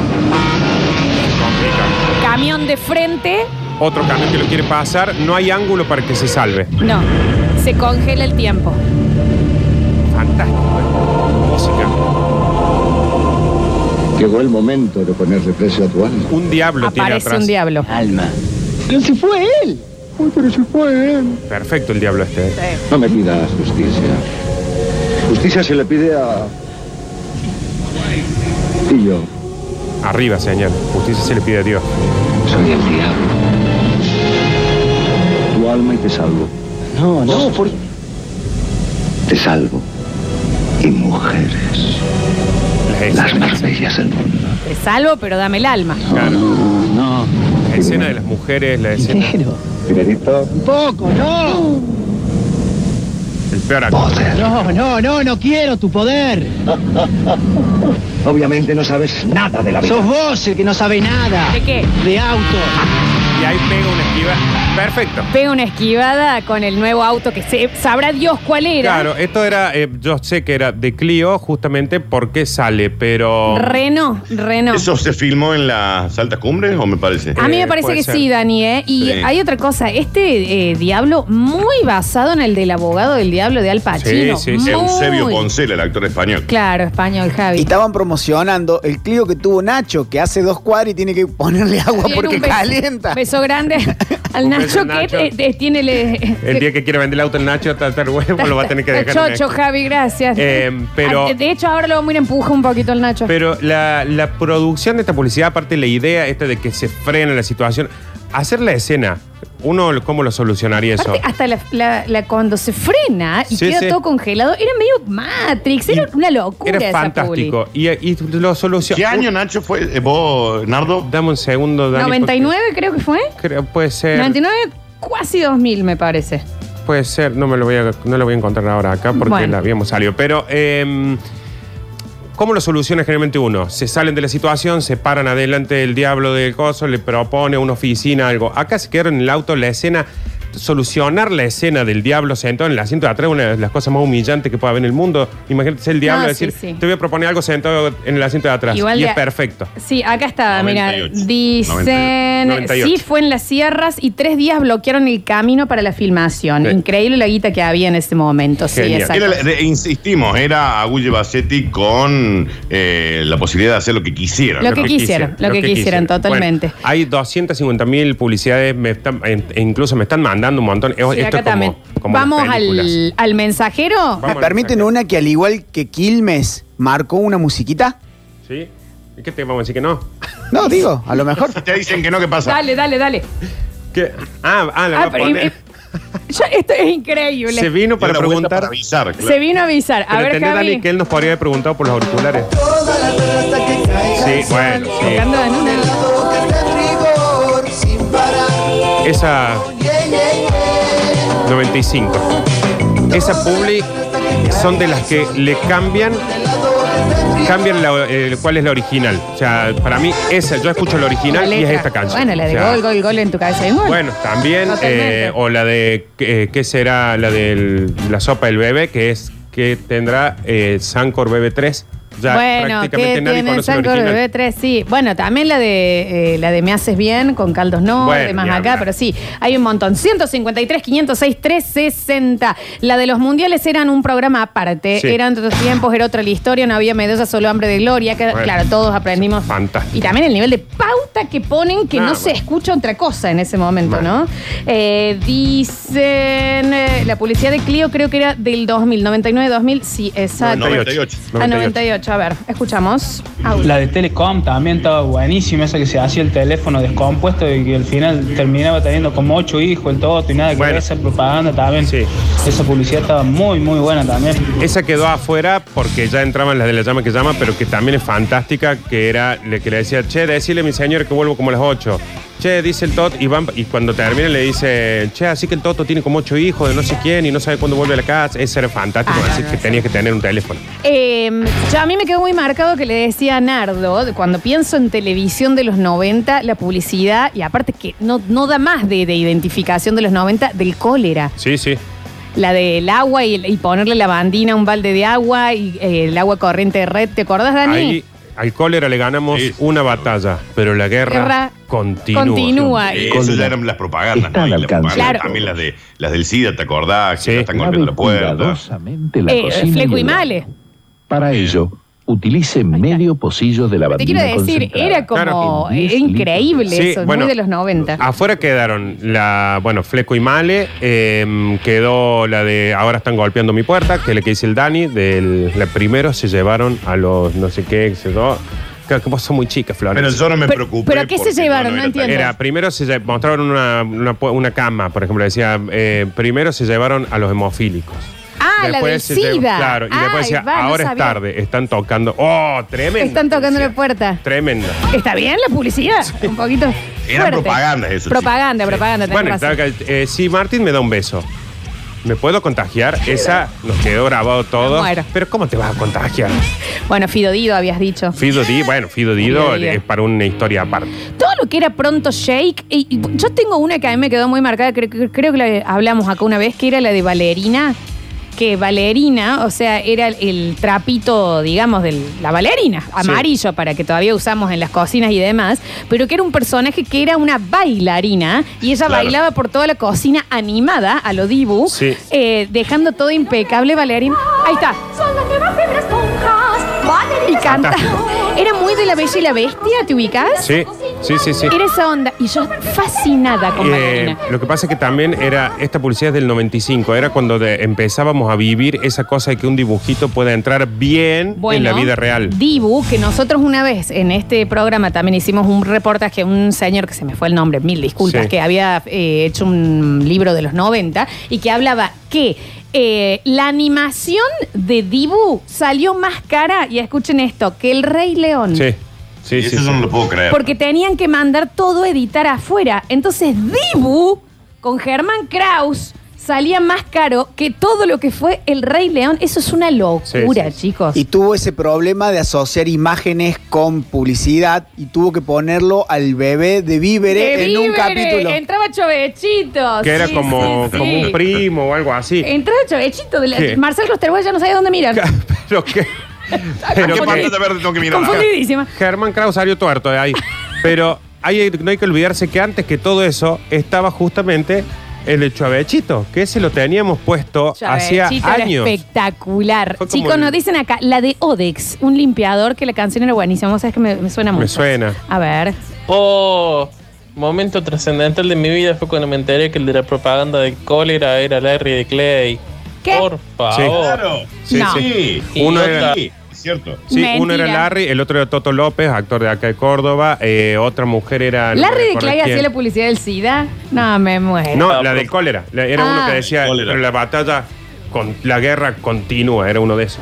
[SPEAKER 1] camión de frente,
[SPEAKER 3] Otro camión que lo quiere pasar, no hay ángulo para que se salve.
[SPEAKER 1] no, se congela el tiempo.
[SPEAKER 3] Fantástico. ¿eh? Música.
[SPEAKER 18] Llegó el momento de ponerle precio a tu alma.
[SPEAKER 3] Un diablo tiene
[SPEAKER 1] Aparece
[SPEAKER 3] atrás.
[SPEAKER 1] un diablo.
[SPEAKER 18] Alma.
[SPEAKER 5] Pero si fue él. Uy, pero si fue él.
[SPEAKER 3] Perfecto el diablo este.
[SPEAKER 18] No me pidas justicia. Justicia se le pide a. Y yo.
[SPEAKER 3] Arriba, señor. Justicia se le pide a Dios.
[SPEAKER 18] Soy el diablo. Tu alma y te salvo. No, no, por. Te salvo. Y mujeres. Las más bellas del mundo.
[SPEAKER 1] Te salvo, pero dame el alma.
[SPEAKER 3] No. La escena de las mujeres, la escena.
[SPEAKER 18] Primerito.
[SPEAKER 5] Un poco, no.
[SPEAKER 3] El peor acto.
[SPEAKER 5] No, no, no, no quiero tu poder.
[SPEAKER 18] Obviamente no sabes nada de la vida.
[SPEAKER 5] Sos vos el que no sabe nada. ¿De qué? De auto.
[SPEAKER 3] Y ahí pega una esquiva. Perfecto.
[SPEAKER 1] Pega una esquivada con el nuevo auto que se, sabrá Dios cuál era.
[SPEAKER 3] Claro, esto era, eh, yo sé que era de Clio justamente porque sale, pero...
[SPEAKER 1] Reno, Reno.
[SPEAKER 4] ¿Eso se filmó en las altas cumbres o me parece?
[SPEAKER 1] A mí me parece que sí, Dani, ¿eh? Y
[SPEAKER 4] Sí.
[SPEAKER 1] hay otra cosa, este eh, diablo muy basado en el del abogado del diablo de Al Pacino. Muy-
[SPEAKER 4] Eusebio Poncel, el actor español.
[SPEAKER 1] Claro, español, Javi.
[SPEAKER 12] Y estaban promocionando el Clio que tuvo Nacho, que hace dos cuadras y tiene que ponerle agua
[SPEAKER 1] Tiene
[SPEAKER 12] porque
[SPEAKER 1] un beso-
[SPEAKER 12] calienta.
[SPEAKER 1] Beso grande al
[SPEAKER 3] Un beso
[SPEAKER 1] Nacho
[SPEAKER 3] al Nacho.
[SPEAKER 1] que eh, eh, tiene el, eh,
[SPEAKER 3] El día que quiere vender el auto el Nacho, tratar huevo, lo va a tener que
[SPEAKER 1] el
[SPEAKER 3] dejar. en una
[SPEAKER 1] chocho,
[SPEAKER 3] esquina.
[SPEAKER 1] Javi, gracias.
[SPEAKER 3] Eh, pero-
[SPEAKER 1] Ah, De hecho, ahora lo vamos a ir a empujar un poquito al Nacho.
[SPEAKER 3] Pero la, la producción de esta publicidad, aparte la idea esta de que se frena la situación, hacer la escena, uno cómo lo solucionaría eso.
[SPEAKER 1] Aparte, hasta la, la- la- cuando se frena y
[SPEAKER 3] Sí,
[SPEAKER 1] queda
[SPEAKER 3] sí.
[SPEAKER 1] todo congelado, era medio Matrix, era una locura
[SPEAKER 3] Era
[SPEAKER 1] esa puli.
[SPEAKER 3] fantástico. Y, y lo solucionó.
[SPEAKER 4] ¿Qué año, Nacho, fue? eh, ¿Vos, Nardo?
[SPEAKER 3] Dame un segundo, Dani.
[SPEAKER 1] ¿99 creo que fue?
[SPEAKER 3] porque creo- puede ser.
[SPEAKER 1] 99, casi 2000 me parece.
[SPEAKER 3] Puede ser, no me lo voy a, no lo voy a encontrar ahora acá porque
[SPEAKER 1] Bueno.
[SPEAKER 3] la habíamos salido. Pero, eh, ¿cómo lo soluciona generalmente uno? Se salen de la situación, se paran adelante del diablo del coso, le propone una oficina, algo. Acá se quedaron en el auto, la escena, solucionar la escena del diablo sentado en el asiento de atrás, una de las cosas más humillantes que puede haber en el mundo. Imagínate ser el diablo
[SPEAKER 1] No,
[SPEAKER 3] y
[SPEAKER 1] sí,
[SPEAKER 3] decir,
[SPEAKER 1] sí.
[SPEAKER 3] te voy a proponer algo sentado en el asiento de atrás.
[SPEAKER 1] Igual
[SPEAKER 3] y
[SPEAKER 1] de-
[SPEAKER 3] es perfecto.
[SPEAKER 1] Sí, acá está,
[SPEAKER 3] 98.
[SPEAKER 1] mira, dicen,
[SPEAKER 3] 98.
[SPEAKER 1] sí fue en las sierras y tres días bloquearon el camino para la filmación.
[SPEAKER 4] Sí.
[SPEAKER 1] Increíble la guita que había en ese momento. Sí,
[SPEAKER 4] Genial.
[SPEAKER 1] exacto.
[SPEAKER 4] Era la- de- insistimos, era a Guille Bassetti con eh, la posibilidad de hacer lo que quisiera.
[SPEAKER 1] Lo que quisieran, lo que quisieran, totalmente.
[SPEAKER 3] Bueno, hay 250 mil publicidades, me están- en- e incluso me están mandando un montón.
[SPEAKER 1] Sí,
[SPEAKER 3] Esto
[SPEAKER 1] acá
[SPEAKER 3] es como, como las
[SPEAKER 1] Vamos
[SPEAKER 3] películas.
[SPEAKER 1] al, al mensajero.
[SPEAKER 12] ¿Me permiten una que al igual que Quilmes marcó una musiquita?
[SPEAKER 3] ¿Sí? ¿Y qué te vamos a decir que no?
[SPEAKER 12] No, digo, a lo mejor.
[SPEAKER 4] Te dicen que no, ¿qué pasa?
[SPEAKER 1] Dale, dale, dale.
[SPEAKER 3] ¿Qué? Ah, ah, la
[SPEAKER 1] Ah,
[SPEAKER 3] voy a
[SPEAKER 1] pero-
[SPEAKER 3] poner.
[SPEAKER 1] eh, ya, esto es increíble.
[SPEAKER 3] Se vino para preguntar.
[SPEAKER 1] Se vino a avisar. A
[SPEAKER 3] Pero
[SPEAKER 1] ver,
[SPEAKER 3] entendés,
[SPEAKER 1] Javi.
[SPEAKER 3] Dani, que él nos podría haber preguntado por los auriculares. Sí, bueno, sí.
[SPEAKER 1] Tocando en una-
[SPEAKER 3] Esa 95. Esa publi son de las que le cambian. Cambian la- eh, cuál es la original. O sea, para mí, esa, yo escucho la original
[SPEAKER 1] La
[SPEAKER 3] y es
[SPEAKER 1] letra.
[SPEAKER 3] esta canción.
[SPEAKER 1] Bueno, la de
[SPEAKER 3] O sea,
[SPEAKER 1] gol, gol, gol en tu cabeza. de gol.
[SPEAKER 3] Bueno, también,
[SPEAKER 1] Totalmente.
[SPEAKER 3] eh, o la de, eh, ¿qué será? La de la sopa del bebé, que es, que tendrá eh, Sancor Bebé 3. Ya
[SPEAKER 1] bueno,
[SPEAKER 3] prácticamente
[SPEAKER 1] que
[SPEAKER 3] nadie
[SPEAKER 1] tiene
[SPEAKER 3] conoce la
[SPEAKER 1] Sanco
[SPEAKER 3] original.
[SPEAKER 1] Bebé 3, sí. Bueno, también la de eh, la de Me Haces Bien con Caldos No,
[SPEAKER 3] Bueno,
[SPEAKER 1] demás
[SPEAKER 3] ni
[SPEAKER 1] acá,
[SPEAKER 3] hablar.
[SPEAKER 1] pero sí, hay un montón. 153, 506, 360. La de los mundiales eran un programa aparte,
[SPEAKER 3] Sí.
[SPEAKER 1] eran otros tiempos, era otra la historia, no había medalla, solo hambre de gloria. que,
[SPEAKER 3] Bueno.
[SPEAKER 1] Claro, todos aprendimos.
[SPEAKER 3] Fantástico.
[SPEAKER 1] Y también el nivel de pauta que ponen que
[SPEAKER 3] Ah,
[SPEAKER 1] no
[SPEAKER 3] bueno.
[SPEAKER 1] se escucha otra cosa en ese momento, ¿no? Eh, dicen, eh, la publicidad de Clio creo que era del 2000, 99, 2000, sí,
[SPEAKER 3] Ah,
[SPEAKER 1] exacto.
[SPEAKER 19] 98.
[SPEAKER 1] A 98, a ver, escuchamos.
[SPEAKER 19] La de Telecom también estaba buenísima, esa que se hacía el teléfono descompuesto y que al final terminaba teniendo como ocho hijos, el todo y nada que ver, esa propaganda también. Esa publicidad estaba muy, muy buena también.
[SPEAKER 3] Esa quedó afuera porque ya entraban las de la llama que llama, pero que también es fantástica, que era le que le decía, che, decirle a mi señor que vuelvo como a las 8. Che, dice el Tot, y, van- y cuando termina le dice, che, así que el Toto tiene como ocho hijos de no sé quién y no sabe cuándo vuelve a la casa. Ese era fantástico,
[SPEAKER 1] Ah,
[SPEAKER 3] así que tenías que tener un teléfono.
[SPEAKER 1] Eh, ya a mí me quedó muy marcado que le decía a Nardo, de cuando pienso en televisión de los 90, la publicidad, y aparte que no, no da más de, de identificación de los 90, del cólera.
[SPEAKER 3] Sí, sí.
[SPEAKER 1] La del agua y, el- y ponerle la bandina a un balde de agua y eh, el agua corriente de red. ¿Te acordás, Dani?
[SPEAKER 3] Ahí al cólera le ganamos una batalla, pero la guerra,
[SPEAKER 1] Guerra
[SPEAKER 3] continúa.
[SPEAKER 1] continúa.
[SPEAKER 4] Eh, eso ya eran las propagandas, ¿no? Y las propagandas
[SPEAKER 1] Claro.
[SPEAKER 4] También las, de, las del SIDA, ¿te acordás? Que ya están golpeando la puerta.
[SPEAKER 1] Eh, Fleco y Male.
[SPEAKER 20] Para ello, utilice medio pocillo de
[SPEAKER 1] Te quiero
[SPEAKER 20] lavandina
[SPEAKER 1] decir, era como eh, increíble
[SPEAKER 3] Sí,
[SPEAKER 1] eso,
[SPEAKER 3] bueno. ah,
[SPEAKER 1] muy de los 90.
[SPEAKER 3] Afuera quedaron la, bueno, Fleco y Male, eh, quedó la de Ahora están golpeando mi puerta, que le que dice el Dani, del la primero se llevaron a los no sé qué, qué sé yo. Claro, que vos sos muy chica, Flores.
[SPEAKER 4] Pero yo no me Pero- preocupé
[SPEAKER 1] pero ¿qué se porque llevaron? no No era tan- entiendo.
[SPEAKER 3] Era, primero se lle- mostraron una, una pu- una cama, por ejemplo, decía, eh, primero se llevaron a los hemofílicos.
[SPEAKER 1] Ah, la del
[SPEAKER 3] Después se lle-
[SPEAKER 1] SIDA.
[SPEAKER 3] Claro, y
[SPEAKER 1] Ay,
[SPEAKER 3] después decía,
[SPEAKER 1] va, no
[SPEAKER 3] ahora es
[SPEAKER 1] sabía.
[SPEAKER 3] tarde, están tocando. ¡Oh, tremendo!
[SPEAKER 1] Están tocando la puerta.
[SPEAKER 3] Tremendo.
[SPEAKER 1] ¿Está bien la publicidad? Un poquito.
[SPEAKER 3] Era
[SPEAKER 1] fuerte.
[SPEAKER 3] propaganda eso,
[SPEAKER 1] Propaganda, propaganda. tenés
[SPEAKER 3] Bueno,
[SPEAKER 1] razón.
[SPEAKER 3] está acá, eh, si Martín me da un beso, ¿me puedo contagiar? Esa nos quedó grabado todo.
[SPEAKER 1] muero.
[SPEAKER 3] Pero ¿cómo te vas a contagiar?
[SPEAKER 1] Bueno, Fido Dido habías dicho.
[SPEAKER 3] Fido Di, bueno, Fido Dido
[SPEAKER 1] Fido Dido.
[SPEAKER 3] es para una historia aparte.
[SPEAKER 1] Todo lo que era pronto shake. y- y yo tengo una que a mí me quedó muy marcada, creo, creo- creo que la hablamos acá una vez, que era la de Valerina. Que Valerina, o sea, era el, el trapito, digamos, de la Valerina, amarillo, para que todavía usamos en las cocinas y demás, pero que era un personaje que era una bailarina y ella
[SPEAKER 21] Claro.
[SPEAKER 1] bailaba por toda la cocina animada a lo Dibu,
[SPEAKER 21] Sí.
[SPEAKER 1] eh, dejando todo impecable Valerina. Ahí está. Y canta. Era muy de la bella y la bestia, ¿te ubicas?
[SPEAKER 3] Sí, sí, sí, sí.
[SPEAKER 1] Era esa onda. Y yo fascinada con
[SPEAKER 3] Eh,
[SPEAKER 1] Valerina.
[SPEAKER 3] lo que pasa es que también era, esta publicidad es del 95, era cuando de- empezábamos a vivir esa cosa de que un dibujito pueda entrar bien
[SPEAKER 1] Bueno,
[SPEAKER 3] en la vida real.
[SPEAKER 1] Dibu, que nosotros una vez en este programa también hicimos un reportaje a un señor que se me fue el nombre, mil disculpas,
[SPEAKER 21] Sí.
[SPEAKER 1] que había eh, hecho un libro de los 90 y que hablaba que eh, la animación de Dibu salió más cara, y escuchen esto, que el Rey León.
[SPEAKER 4] Sí. Sí, eso yo no lo puedo creer.
[SPEAKER 1] Porque tenían que mandar todo a editar afuera. Entonces Dibu, con Germán Kraus, salía más caro que todo lo que fue el Rey León. Eso es una locura, chicos.
[SPEAKER 12] Y tuvo ese problema de asociar imágenes con publicidad y tuvo que ponerlo al bebé de víveres
[SPEAKER 1] De
[SPEAKER 12] en un
[SPEAKER 1] víveres,
[SPEAKER 12] capítulo.
[SPEAKER 1] Entraba Chovechito.
[SPEAKER 3] que era
[SPEAKER 1] sí,
[SPEAKER 3] como,
[SPEAKER 1] sí, Eh. sí.
[SPEAKER 3] como un primo o algo así.
[SPEAKER 1] Entraba Chovechito. De la-
[SPEAKER 3] ¿Qué?
[SPEAKER 1] Marcel Costerboy ya no sabe dónde mirar.
[SPEAKER 3] Pero que.
[SPEAKER 1] ¿A qué pantalla
[SPEAKER 3] verde tengo que
[SPEAKER 1] mirar? Confundidísima.
[SPEAKER 3] Germán Kraus salió tuerto de ahí. Pero hay, no hay que olvidarse que antes que todo eso estaba justamente el chavechito, que ese lo teníamos puesto hacía
[SPEAKER 1] Chovechito era
[SPEAKER 3] años.
[SPEAKER 1] espectacular.
[SPEAKER 3] Fue como
[SPEAKER 1] Chicos,
[SPEAKER 3] el-
[SPEAKER 1] nos dicen acá, la de Odex, un limpiador que la canción era buenísima. Vos sabés que me, me suena mucho.
[SPEAKER 22] Me suena.
[SPEAKER 1] A ver.
[SPEAKER 22] Oh, momento trascendental de mi vida fue cuando me enteré que el de la propaganda de cólera era Larry de Clay.
[SPEAKER 1] ¿Qué?
[SPEAKER 22] Por favor.
[SPEAKER 3] Sí. Claro. Sí, No. sí. Uno era- Sí,
[SPEAKER 4] cierto.
[SPEAKER 3] Sí, uno
[SPEAKER 1] Mentira.
[SPEAKER 3] era Larry, el otro era Toto López, actor de acá de Córdoba. eh, otra mujer era. no me
[SPEAKER 1] Larry de
[SPEAKER 3] acuerdo
[SPEAKER 1] Clay
[SPEAKER 3] quién.
[SPEAKER 1] hacía la publicidad del SIDA. No, me muero.
[SPEAKER 3] No, la del cólera. La- Era uno
[SPEAKER 1] Ah.
[SPEAKER 3] que decía, pero la batalla, con, la guerra continúa, era uno de esos.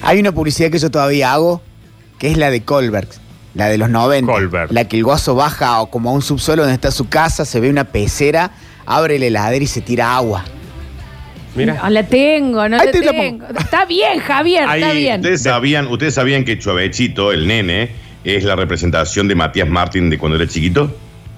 [SPEAKER 12] Hay una publicidad que yo todavía hago, que es la de Colberg, la de los 90. La que el guaso baja o como a un subsuelo donde está su casa, se ve una pecera, abre la heladera y se tira agua.
[SPEAKER 3] Mira.
[SPEAKER 1] No la tengo, no
[SPEAKER 12] Ahí
[SPEAKER 1] la
[SPEAKER 12] te la
[SPEAKER 1] tengo. Está bien, Javier, está
[SPEAKER 4] Ahí,
[SPEAKER 1] bien.
[SPEAKER 4] Ustedes sabían, ustedes sabían que Chuavechito, el nene, es la representación de Matías Martín de cuando era chiquito.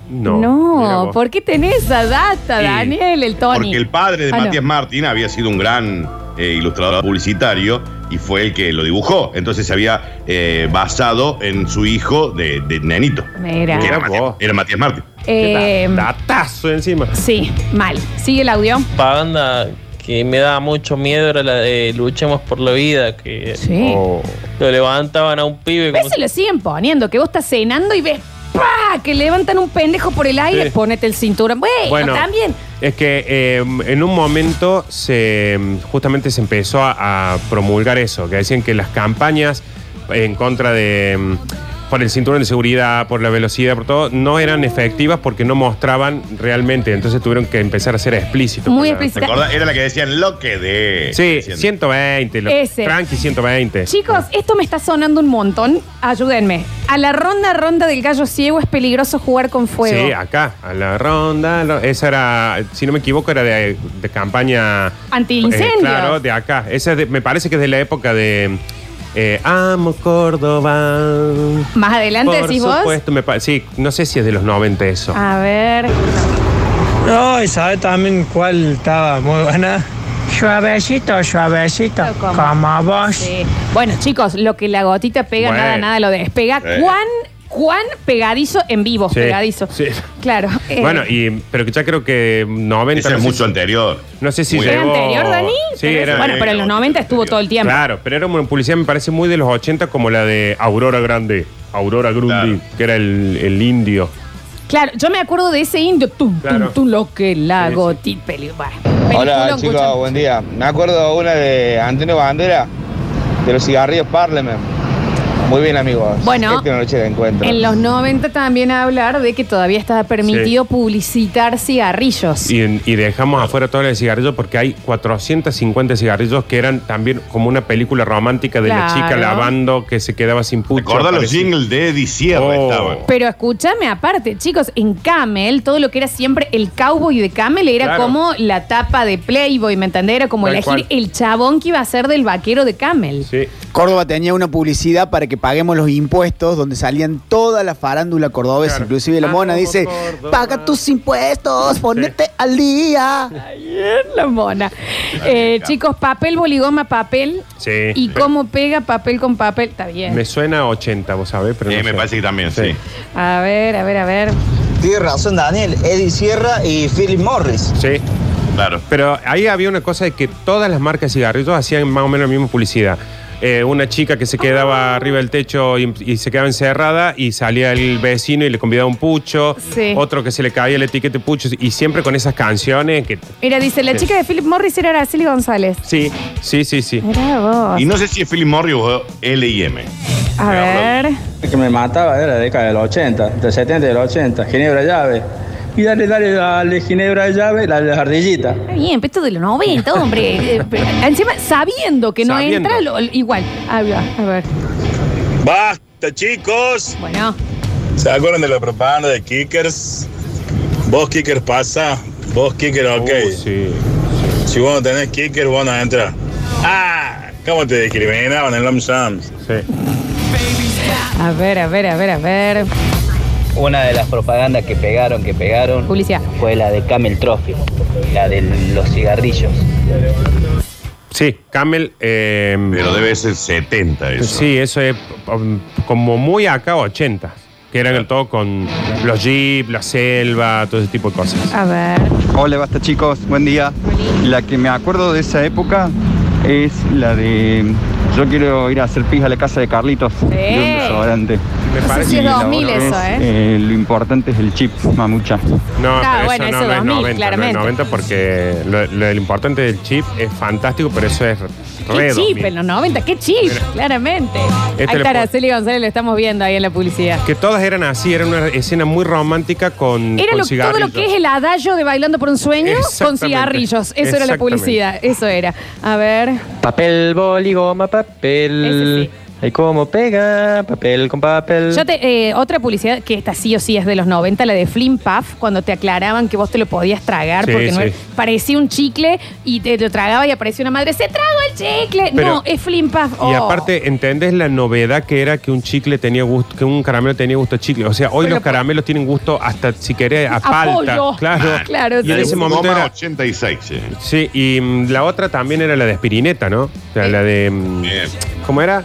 [SPEAKER 1] No, ¿por qué tenés esa data,
[SPEAKER 4] Sí.
[SPEAKER 1] Daniel, el Tony?
[SPEAKER 4] Porque el padre de
[SPEAKER 1] Ah, no.
[SPEAKER 4] Matías Martín había sido un gran eh, ilustrador publicitario y fue el que lo dibujó. Entonces se había eh, basado en su hijo de, de nenito.
[SPEAKER 1] Mira.
[SPEAKER 4] Que era, Matías, era Matías Martín.
[SPEAKER 1] Eh,
[SPEAKER 3] Datazo encima.
[SPEAKER 1] sí, mal. Sigue el audio.
[SPEAKER 22] propaganda que me daba mucho miedo era la de luchemos por la vida, que
[SPEAKER 1] Sí.
[SPEAKER 22] oh, lo levantaban a un pibe
[SPEAKER 1] Pero
[SPEAKER 22] como
[SPEAKER 1] se lo siguen poniendo, que vos estás cenando y ves ¡pa! que levantan un pendejo por el aire,
[SPEAKER 3] Sí.
[SPEAKER 1] ponete el cinturón. Bueno,
[SPEAKER 3] Bueno.
[SPEAKER 1] también.
[SPEAKER 3] Es que eh, en un momento se em, justamente se empezó a, a promulgar eso, que decían que las campañas en contra de mm, por el cinturón de seguridad, por la velocidad, por todo, no eran efectivas porque no mostraban realmente. Entonces tuvieron que empezar a ser explícitos.
[SPEAKER 1] Muy
[SPEAKER 3] Para-
[SPEAKER 1] explícita. ¿Te acordás?
[SPEAKER 4] Era la que decían lo que de.
[SPEAKER 3] Sí, 120. lo-
[SPEAKER 1] Ese.
[SPEAKER 3] Tranqui, 120.
[SPEAKER 1] Chicos, esto me está sonando un montón. Ayúdenme. A la ronda ronda del gallo ciego es peligroso jugar con fuego.
[SPEAKER 3] Sí, acá, a la ronda. lo- esa era, si no me equivoco, era de, de campaña.
[SPEAKER 1] Antiincendios.
[SPEAKER 3] Eh, claro, de acá. Esa es de- me parece que es de la época de. eh, Amo Córdoba.
[SPEAKER 1] Más adelante
[SPEAKER 3] Por
[SPEAKER 1] decís vos. Ah,
[SPEAKER 3] supuesto, me pa- sí, no sé si es de los 90 eso.
[SPEAKER 1] A ver.
[SPEAKER 2] No, y sabe también cuál estaba muy buena. Suavecito, suavecito, como vos.
[SPEAKER 1] Sí. Bueno, chicos, lo que la gotita pega,
[SPEAKER 2] Bueno.
[SPEAKER 1] nada, nada lo despega.
[SPEAKER 3] Sí.
[SPEAKER 1] Juan, Juan pegadizo en vivo,
[SPEAKER 3] Sí,
[SPEAKER 1] pegadizo.
[SPEAKER 3] sí.
[SPEAKER 1] Claro. eh,
[SPEAKER 3] Bueno, y, pero que ya creo que 90.
[SPEAKER 4] Ese es mucho anterior.
[SPEAKER 3] No sé si
[SPEAKER 1] ¿Era
[SPEAKER 3] llegó-
[SPEAKER 1] anterior, Dani?
[SPEAKER 3] Sí, era.
[SPEAKER 1] bueno, pero en los 90 estuvo todo el tiempo.
[SPEAKER 3] Claro, pero era una publicidad, me parece muy de los 80, como la de Aurora Grande. Aurora Grundy, que era el, el indio.
[SPEAKER 1] Claro, yo me acuerdo de ese indio. Tum,
[SPEAKER 3] Claro.
[SPEAKER 1] tum, tum, lo que la gotita. peli- bueno,
[SPEAKER 21] Hola
[SPEAKER 1] peliculón,
[SPEAKER 21] chicos,
[SPEAKER 1] escuchame.
[SPEAKER 21] buen día. Me acuerdo una de Antonio Bandera, de los cigarrillos Parliament. Muy bien Este amigos.
[SPEAKER 1] Bueno,
[SPEAKER 21] Esta noche de encuentro.
[SPEAKER 1] En los 90 también hablar de que todavía está permitido publicitar cigarrillos.
[SPEAKER 3] Y, en- y dejamos afuera todo el cigarrillo porque hay 450 cigarrillos que eran también como una película romántica de la
[SPEAKER 1] Claro.
[SPEAKER 3] chica lavando que se quedaba sin pucho.
[SPEAKER 4] Recordá los
[SPEAKER 3] Parecía-
[SPEAKER 4] jingles de diciembre
[SPEAKER 3] Oh.
[SPEAKER 4] estaban.
[SPEAKER 1] Pero escúchame, aparte, chicos, en Camel, todo lo que era siempre el cowboy de Camel era
[SPEAKER 3] Claro.
[SPEAKER 1] como la tapa de Playboy, ¿me entendés? Era como
[SPEAKER 12] Tal
[SPEAKER 1] elegir
[SPEAKER 12] cual.
[SPEAKER 1] el chabón que iba a ser del vaquero de Camel.
[SPEAKER 12] Córdoba tenía una publicidad para que paguemos los impuestos donde salían toda la farándula cordobesa, inclusive la mona dice, paga tus impuestos, ponete al día.
[SPEAKER 1] Bien, la mona. Eh, chicos, papel, boligoma, papel.
[SPEAKER 3] Sí.
[SPEAKER 1] Y cómo pega papel con papel. Está bien.
[SPEAKER 3] Me suena a 80, vos sabés, pero. me parece
[SPEAKER 4] Eh, que también, sí.
[SPEAKER 1] A ver, a ver, a ver.
[SPEAKER 23] Tiene razón Daniel, Eddie Sierra y Philip Morris.
[SPEAKER 3] Sí.
[SPEAKER 4] Claro.
[SPEAKER 3] Pero ahí había una cosa de que todas las marcas de cigarrillos hacían más o menos la misma publicidad. Eh, una chica que se quedaba arriba del techo y, y se quedaba encerrada y salía el vecino y le convidaba un pucho.
[SPEAKER 1] Sí.
[SPEAKER 3] Otro que se le caía el etiquete pucho. Y siempre con esas canciones que.
[SPEAKER 1] Mira, dice, la
[SPEAKER 3] Sí.
[SPEAKER 1] chica de Philip Morris era Araceli González.
[SPEAKER 3] Sí, sí, sí, sí.
[SPEAKER 1] Mirá vos.
[SPEAKER 4] Y no sé si es Philip Morris o L.I.M.
[SPEAKER 1] A ver.
[SPEAKER 21] El que me mataba era la década del 80, del 70 y del 80, Ginebra Llave. Y dale, dale, dale, Ginebra Llave, la de las ardillitas.
[SPEAKER 1] Está bien, pero esto de los 90, hombre. Eh, pero Encima, sabiendo que no
[SPEAKER 21] Sabiendo.
[SPEAKER 1] entra, lo- igual. Habla, a ver.
[SPEAKER 24] ¡Basta, chicos!
[SPEAKER 1] Bueno.
[SPEAKER 24] ¿Se acuerdan de la propaganda de Kickers? Vos, Kickers, pasa. Vos, Kickers, ok. Si vos no tenés Kickers, vos no entras. ¡Ah! ¿Cómo te discriminaban en Long Shams? Sí.
[SPEAKER 1] A ver, a ver, a ver, a ver.
[SPEAKER 25] Una de las propagandas que pegaron, que pegaron,
[SPEAKER 1] Publicidad.
[SPEAKER 25] fue la de Camel Trophy, la de los cigarrillos.
[SPEAKER 3] Sí, Camel. em,
[SPEAKER 4] Pero debe ser 70 eso.
[SPEAKER 3] Sí, eso es um, como muy acá 80. Que eran todo con los jeep, la selva, todo ese tipo de cosas.
[SPEAKER 1] A ver.
[SPEAKER 26] Hola, basta chicos, buen día. La que me acuerdo de esa época es la de Yo quiero ir a hacer pija a la casa de Carlitos de un restaurante.
[SPEAKER 1] No
[SPEAKER 3] Me
[SPEAKER 1] sé parece. si es
[SPEAKER 26] Y la
[SPEAKER 1] 2000
[SPEAKER 26] otra
[SPEAKER 1] eso,
[SPEAKER 26] es,
[SPEAKER 1] ¿eh?
[SPEAKER 26] Lo importante es el chip, mamucha.
[SPEAKER 3] No,
[SPEAKER 1] Ah,
[SPEAKER 3] pero
[SPEAKER 1] bueno,
[SPEAKER 3] eso no,
[SPEAKER 1] eso
[SPEAKER 3] no es
[SPEAKER 1] 2000,
[SPEAKER 3] 90,
[SPEAKER 1] claramente.
[SPEAKER 3] no es 90 porque lo, lo del importante del chip es fantástico, pero eso es
[SPEAKER 1] Qué
[SPEAKER 3] re
[SPEAKER 1] chip
[SPEAKER 3] 2000.
[SPEAKER 1] en los 90, qué chip, claramente. ahí
[SPEAKER 3] Este le
[SPEAKER 1] está
[SPEAKER 3] pon-
[SPEAKER 1] Araceli González, lo estamos viendo ahí en la publicidad.
[SPEAKER 3] Que todas eran así, era una escena muy romántica con,
[SPEAKER 1] Era
[SPEAKER 3] con
[SPEAKER 1] lo- todo lo
[SPEAKER 3] cigarrillos.
[SPEAKER 1] que es el adagio de Bailando por un Sueño con
[SPEAKER 3] Exactamente.
[SPEAKER 1] cigarrillos. Eso era la
[SPEAKER 3] Exactamente.
[SPEAKER 1] publicidad, eso era. A ver,
[SPEAKER 25] Papel, boligoma, papel. Ay, cómo pega, papel con papel.
[SPEAKER 1] yo te- eh, otra publicidad que esta sí o sí es de los 90, la de Flim Puff, cuando te aclaraban que vos te lo podías tragar
[SPEAKER 25] Sí,
[SPEAKER 1] porque no
[SPEAKER 25] sí.
[SPEAKER 1] era- parecía un chicle y te lo tragaba y aparecía una madre, se trago el chicle.
[SPEAKER 3] Pero-
[SPEAKER 1] no, es Flim Puff.
[SPEAKER 3] Y
[SPEAKER 1] Oh.
[SPEAKER 3] aparte, ¿entendés la novedad que era que un chicle tenía gusto, que un caramelo tenía gusto a chicle? O sea, hoy
[SPEAKER 1] Pero
[SPEAKER 3] los caramelos tienen gusto hasta, si querés, a,
[SPEAKER 1] A
[SPEAKER 3] palta.
[SPEAKER 1] pollo.
[SPEAKER 3] Claro.
[SPEAKER 1] Claro,
[SPEAKER 3] y en
[SPEAKER 1] sí.
[SPEAKER 3] ese momento
[SPEAKER 4] Goma
[SPEAKER 3] era...
[SPEAKER 4] 86, sí.
[SPEAKER 3] Sí, y mm, la otra también era la de Espirineta, ¿no? O sea, la de... mm, ¿Cómo era?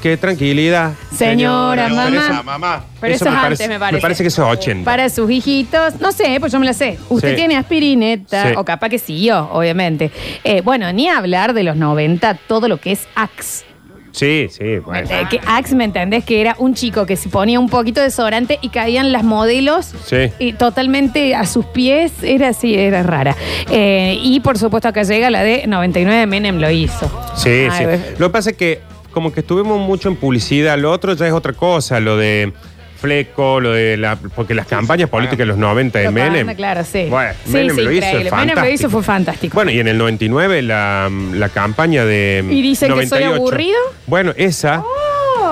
[SPEAKER 3] Qué tranquilidad.
[SPEAKER 1] Señora,
[SPEAKER 4] Pero
[SPEAKER 1] mamá.
[SPEAKER 4] esa mamá.
[SPEAKER 1] Pero eso, es antes, me parece.
[SPEAKER 3] Me parece que eso es 80.
[SPEAKER 1] Para sus hijitos, no sé, pues yo me la sé. Usted
[SPEAKER 3] Sí.
[SPEAKER 1] tiene aspirineta,
[SPEAKER 3] Sí.
[SPEAKER 1] o capaz que sí, yo, obviamente. Eh, bueno, ni hablar de los 90, todo lo que es Axe.
[SPEAKER 3] Sí, sí, bueno.
[SPEAKER 1] Eh, que Axe, ¿me entendés? Que era un chico que se ponía un poquito desodorante y caían las modelos
[SPEAKER 3] Sí.
[SPEAKER 1] y totalmente a sus pies. Era así, era rara. Eh, y por supuesto acá llega la de 99, Menem lo hizo.
[SPEAKER 3] Sí,
[SPEAKER 1] Ay,
[SPEAKER 3] sí.
[SPEAKER 1] ve-
[SPEAKER 3] Lo que pasa es que como que estuvimos mucho en publicidad, lo otro ya es otra cosa, lo de fleco, lo de la. Porque las campañas políticas de los 90 de
[SPEAKER 1] Propaganda,
[SPEAKER 3] Eh, Menem.
[SPEAKER 1] Claro, sí.
[SPEAKER 3] Bueno,
[SPEAKER 1] Eh, sí,
[SPEAKER 3] Menem
[SPEAKER 1] sí,
[SPEAKER 3] lo hizo,
[SPEAKER 1] increíble.
[SPEAKER 3] es
[SPEAKER 1] Menem lo hizo,
[SPEAKER 3] fantástico.
[SPEAKER 1] fue fantástico.
[SPEAKER 3] Bueno, y en el 99 la, la campaña de. mm,
[SPEAKER 1] ¿Y dicen que soy
[SPEAKER 3] 98.
[SPEAKER 1] aburrido? Oh.
[SPEAKER 3] Bueno, esa.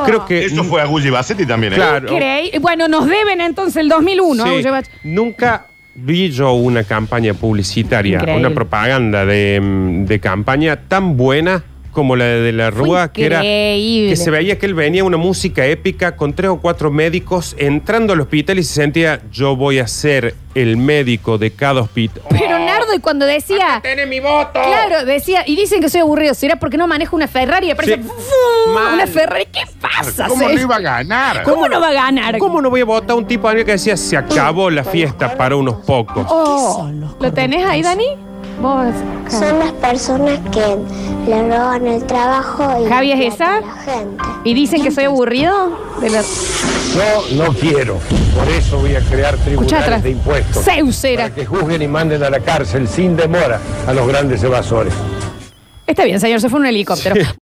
[SPEAKER 3] Creo que.
[SPEAKER 4] Eso fue a Gulli Bassetti también, ¿eh?
[SPEAKER 3] Eh, Claro.
[SPEAKER 1] Increíble. Bueno, nos deben entonces el 2001.
[SPEAKER 3] Sí.
[SPEAKER 1] a Ulle Bach.
[SPEAKER 3] Nunca vi yo una campaña publicitaria,
[SPEAKER 1] Increíble.
[SPEAKER 3] una propaganda de, mm, de campaña tan buena como la de la Rúa, que era
[SPEAKER 1] increíble.
[SPEAKER 3] que se veía que él venía una música épica con tres o cuatro médicos entrando al hospital y se sentía yo voy a ser el médico de cada hospital.
[SPEAKER 1] Pero Nardo, y cuando decía.
[SPEAKER 3] ¡Tiene mi voto!
[SPEAKER 1] Claro, decía, y dicen que soy aburrido. ¿Será porque no manejo una Ferrari? Y aparece.
[SPEAKER 3] Sí.
[SPEAKER 1] ¡fuu!
[SPEAKER 3] Mal.
[SPEAKER 1] Una Ferrari. ¿Qué pasa?
[SPEAKER 4] ¿Cómo
[SPEAKER 1] Sí.
[SPEAKER 4] no iba a ganar?
[SPEAKER 1] ¿Cómo no va a ganar?
[SPEAKER 3] ¿Cómo no voy a votar a un tipo que decía se acabó la fiesta para unos pocos?
[SPEAKER 1] Oh, ¿Lo tenés ahí, Dani? Vos.
[SPEAKER 6] Son las personas que le roban el trabajo y
[SPEAKER 1] ¿Javi es esa? ¿Y dicen que soy aburrido? De la...
[SPEAKER 7] Yo no quiero. Por eso voy a crear
[SPEAKER 1] atrás.
[SPEAKER 7] tribunales de impuestos.
[SPEAKER 1] Zeus era.
[SPEAKER 7] Para que juzguen y manden a la cárcel sin demora a los grandes evasores.
[SPEAKER 1] Está bien, señor, se fue un helicóptero.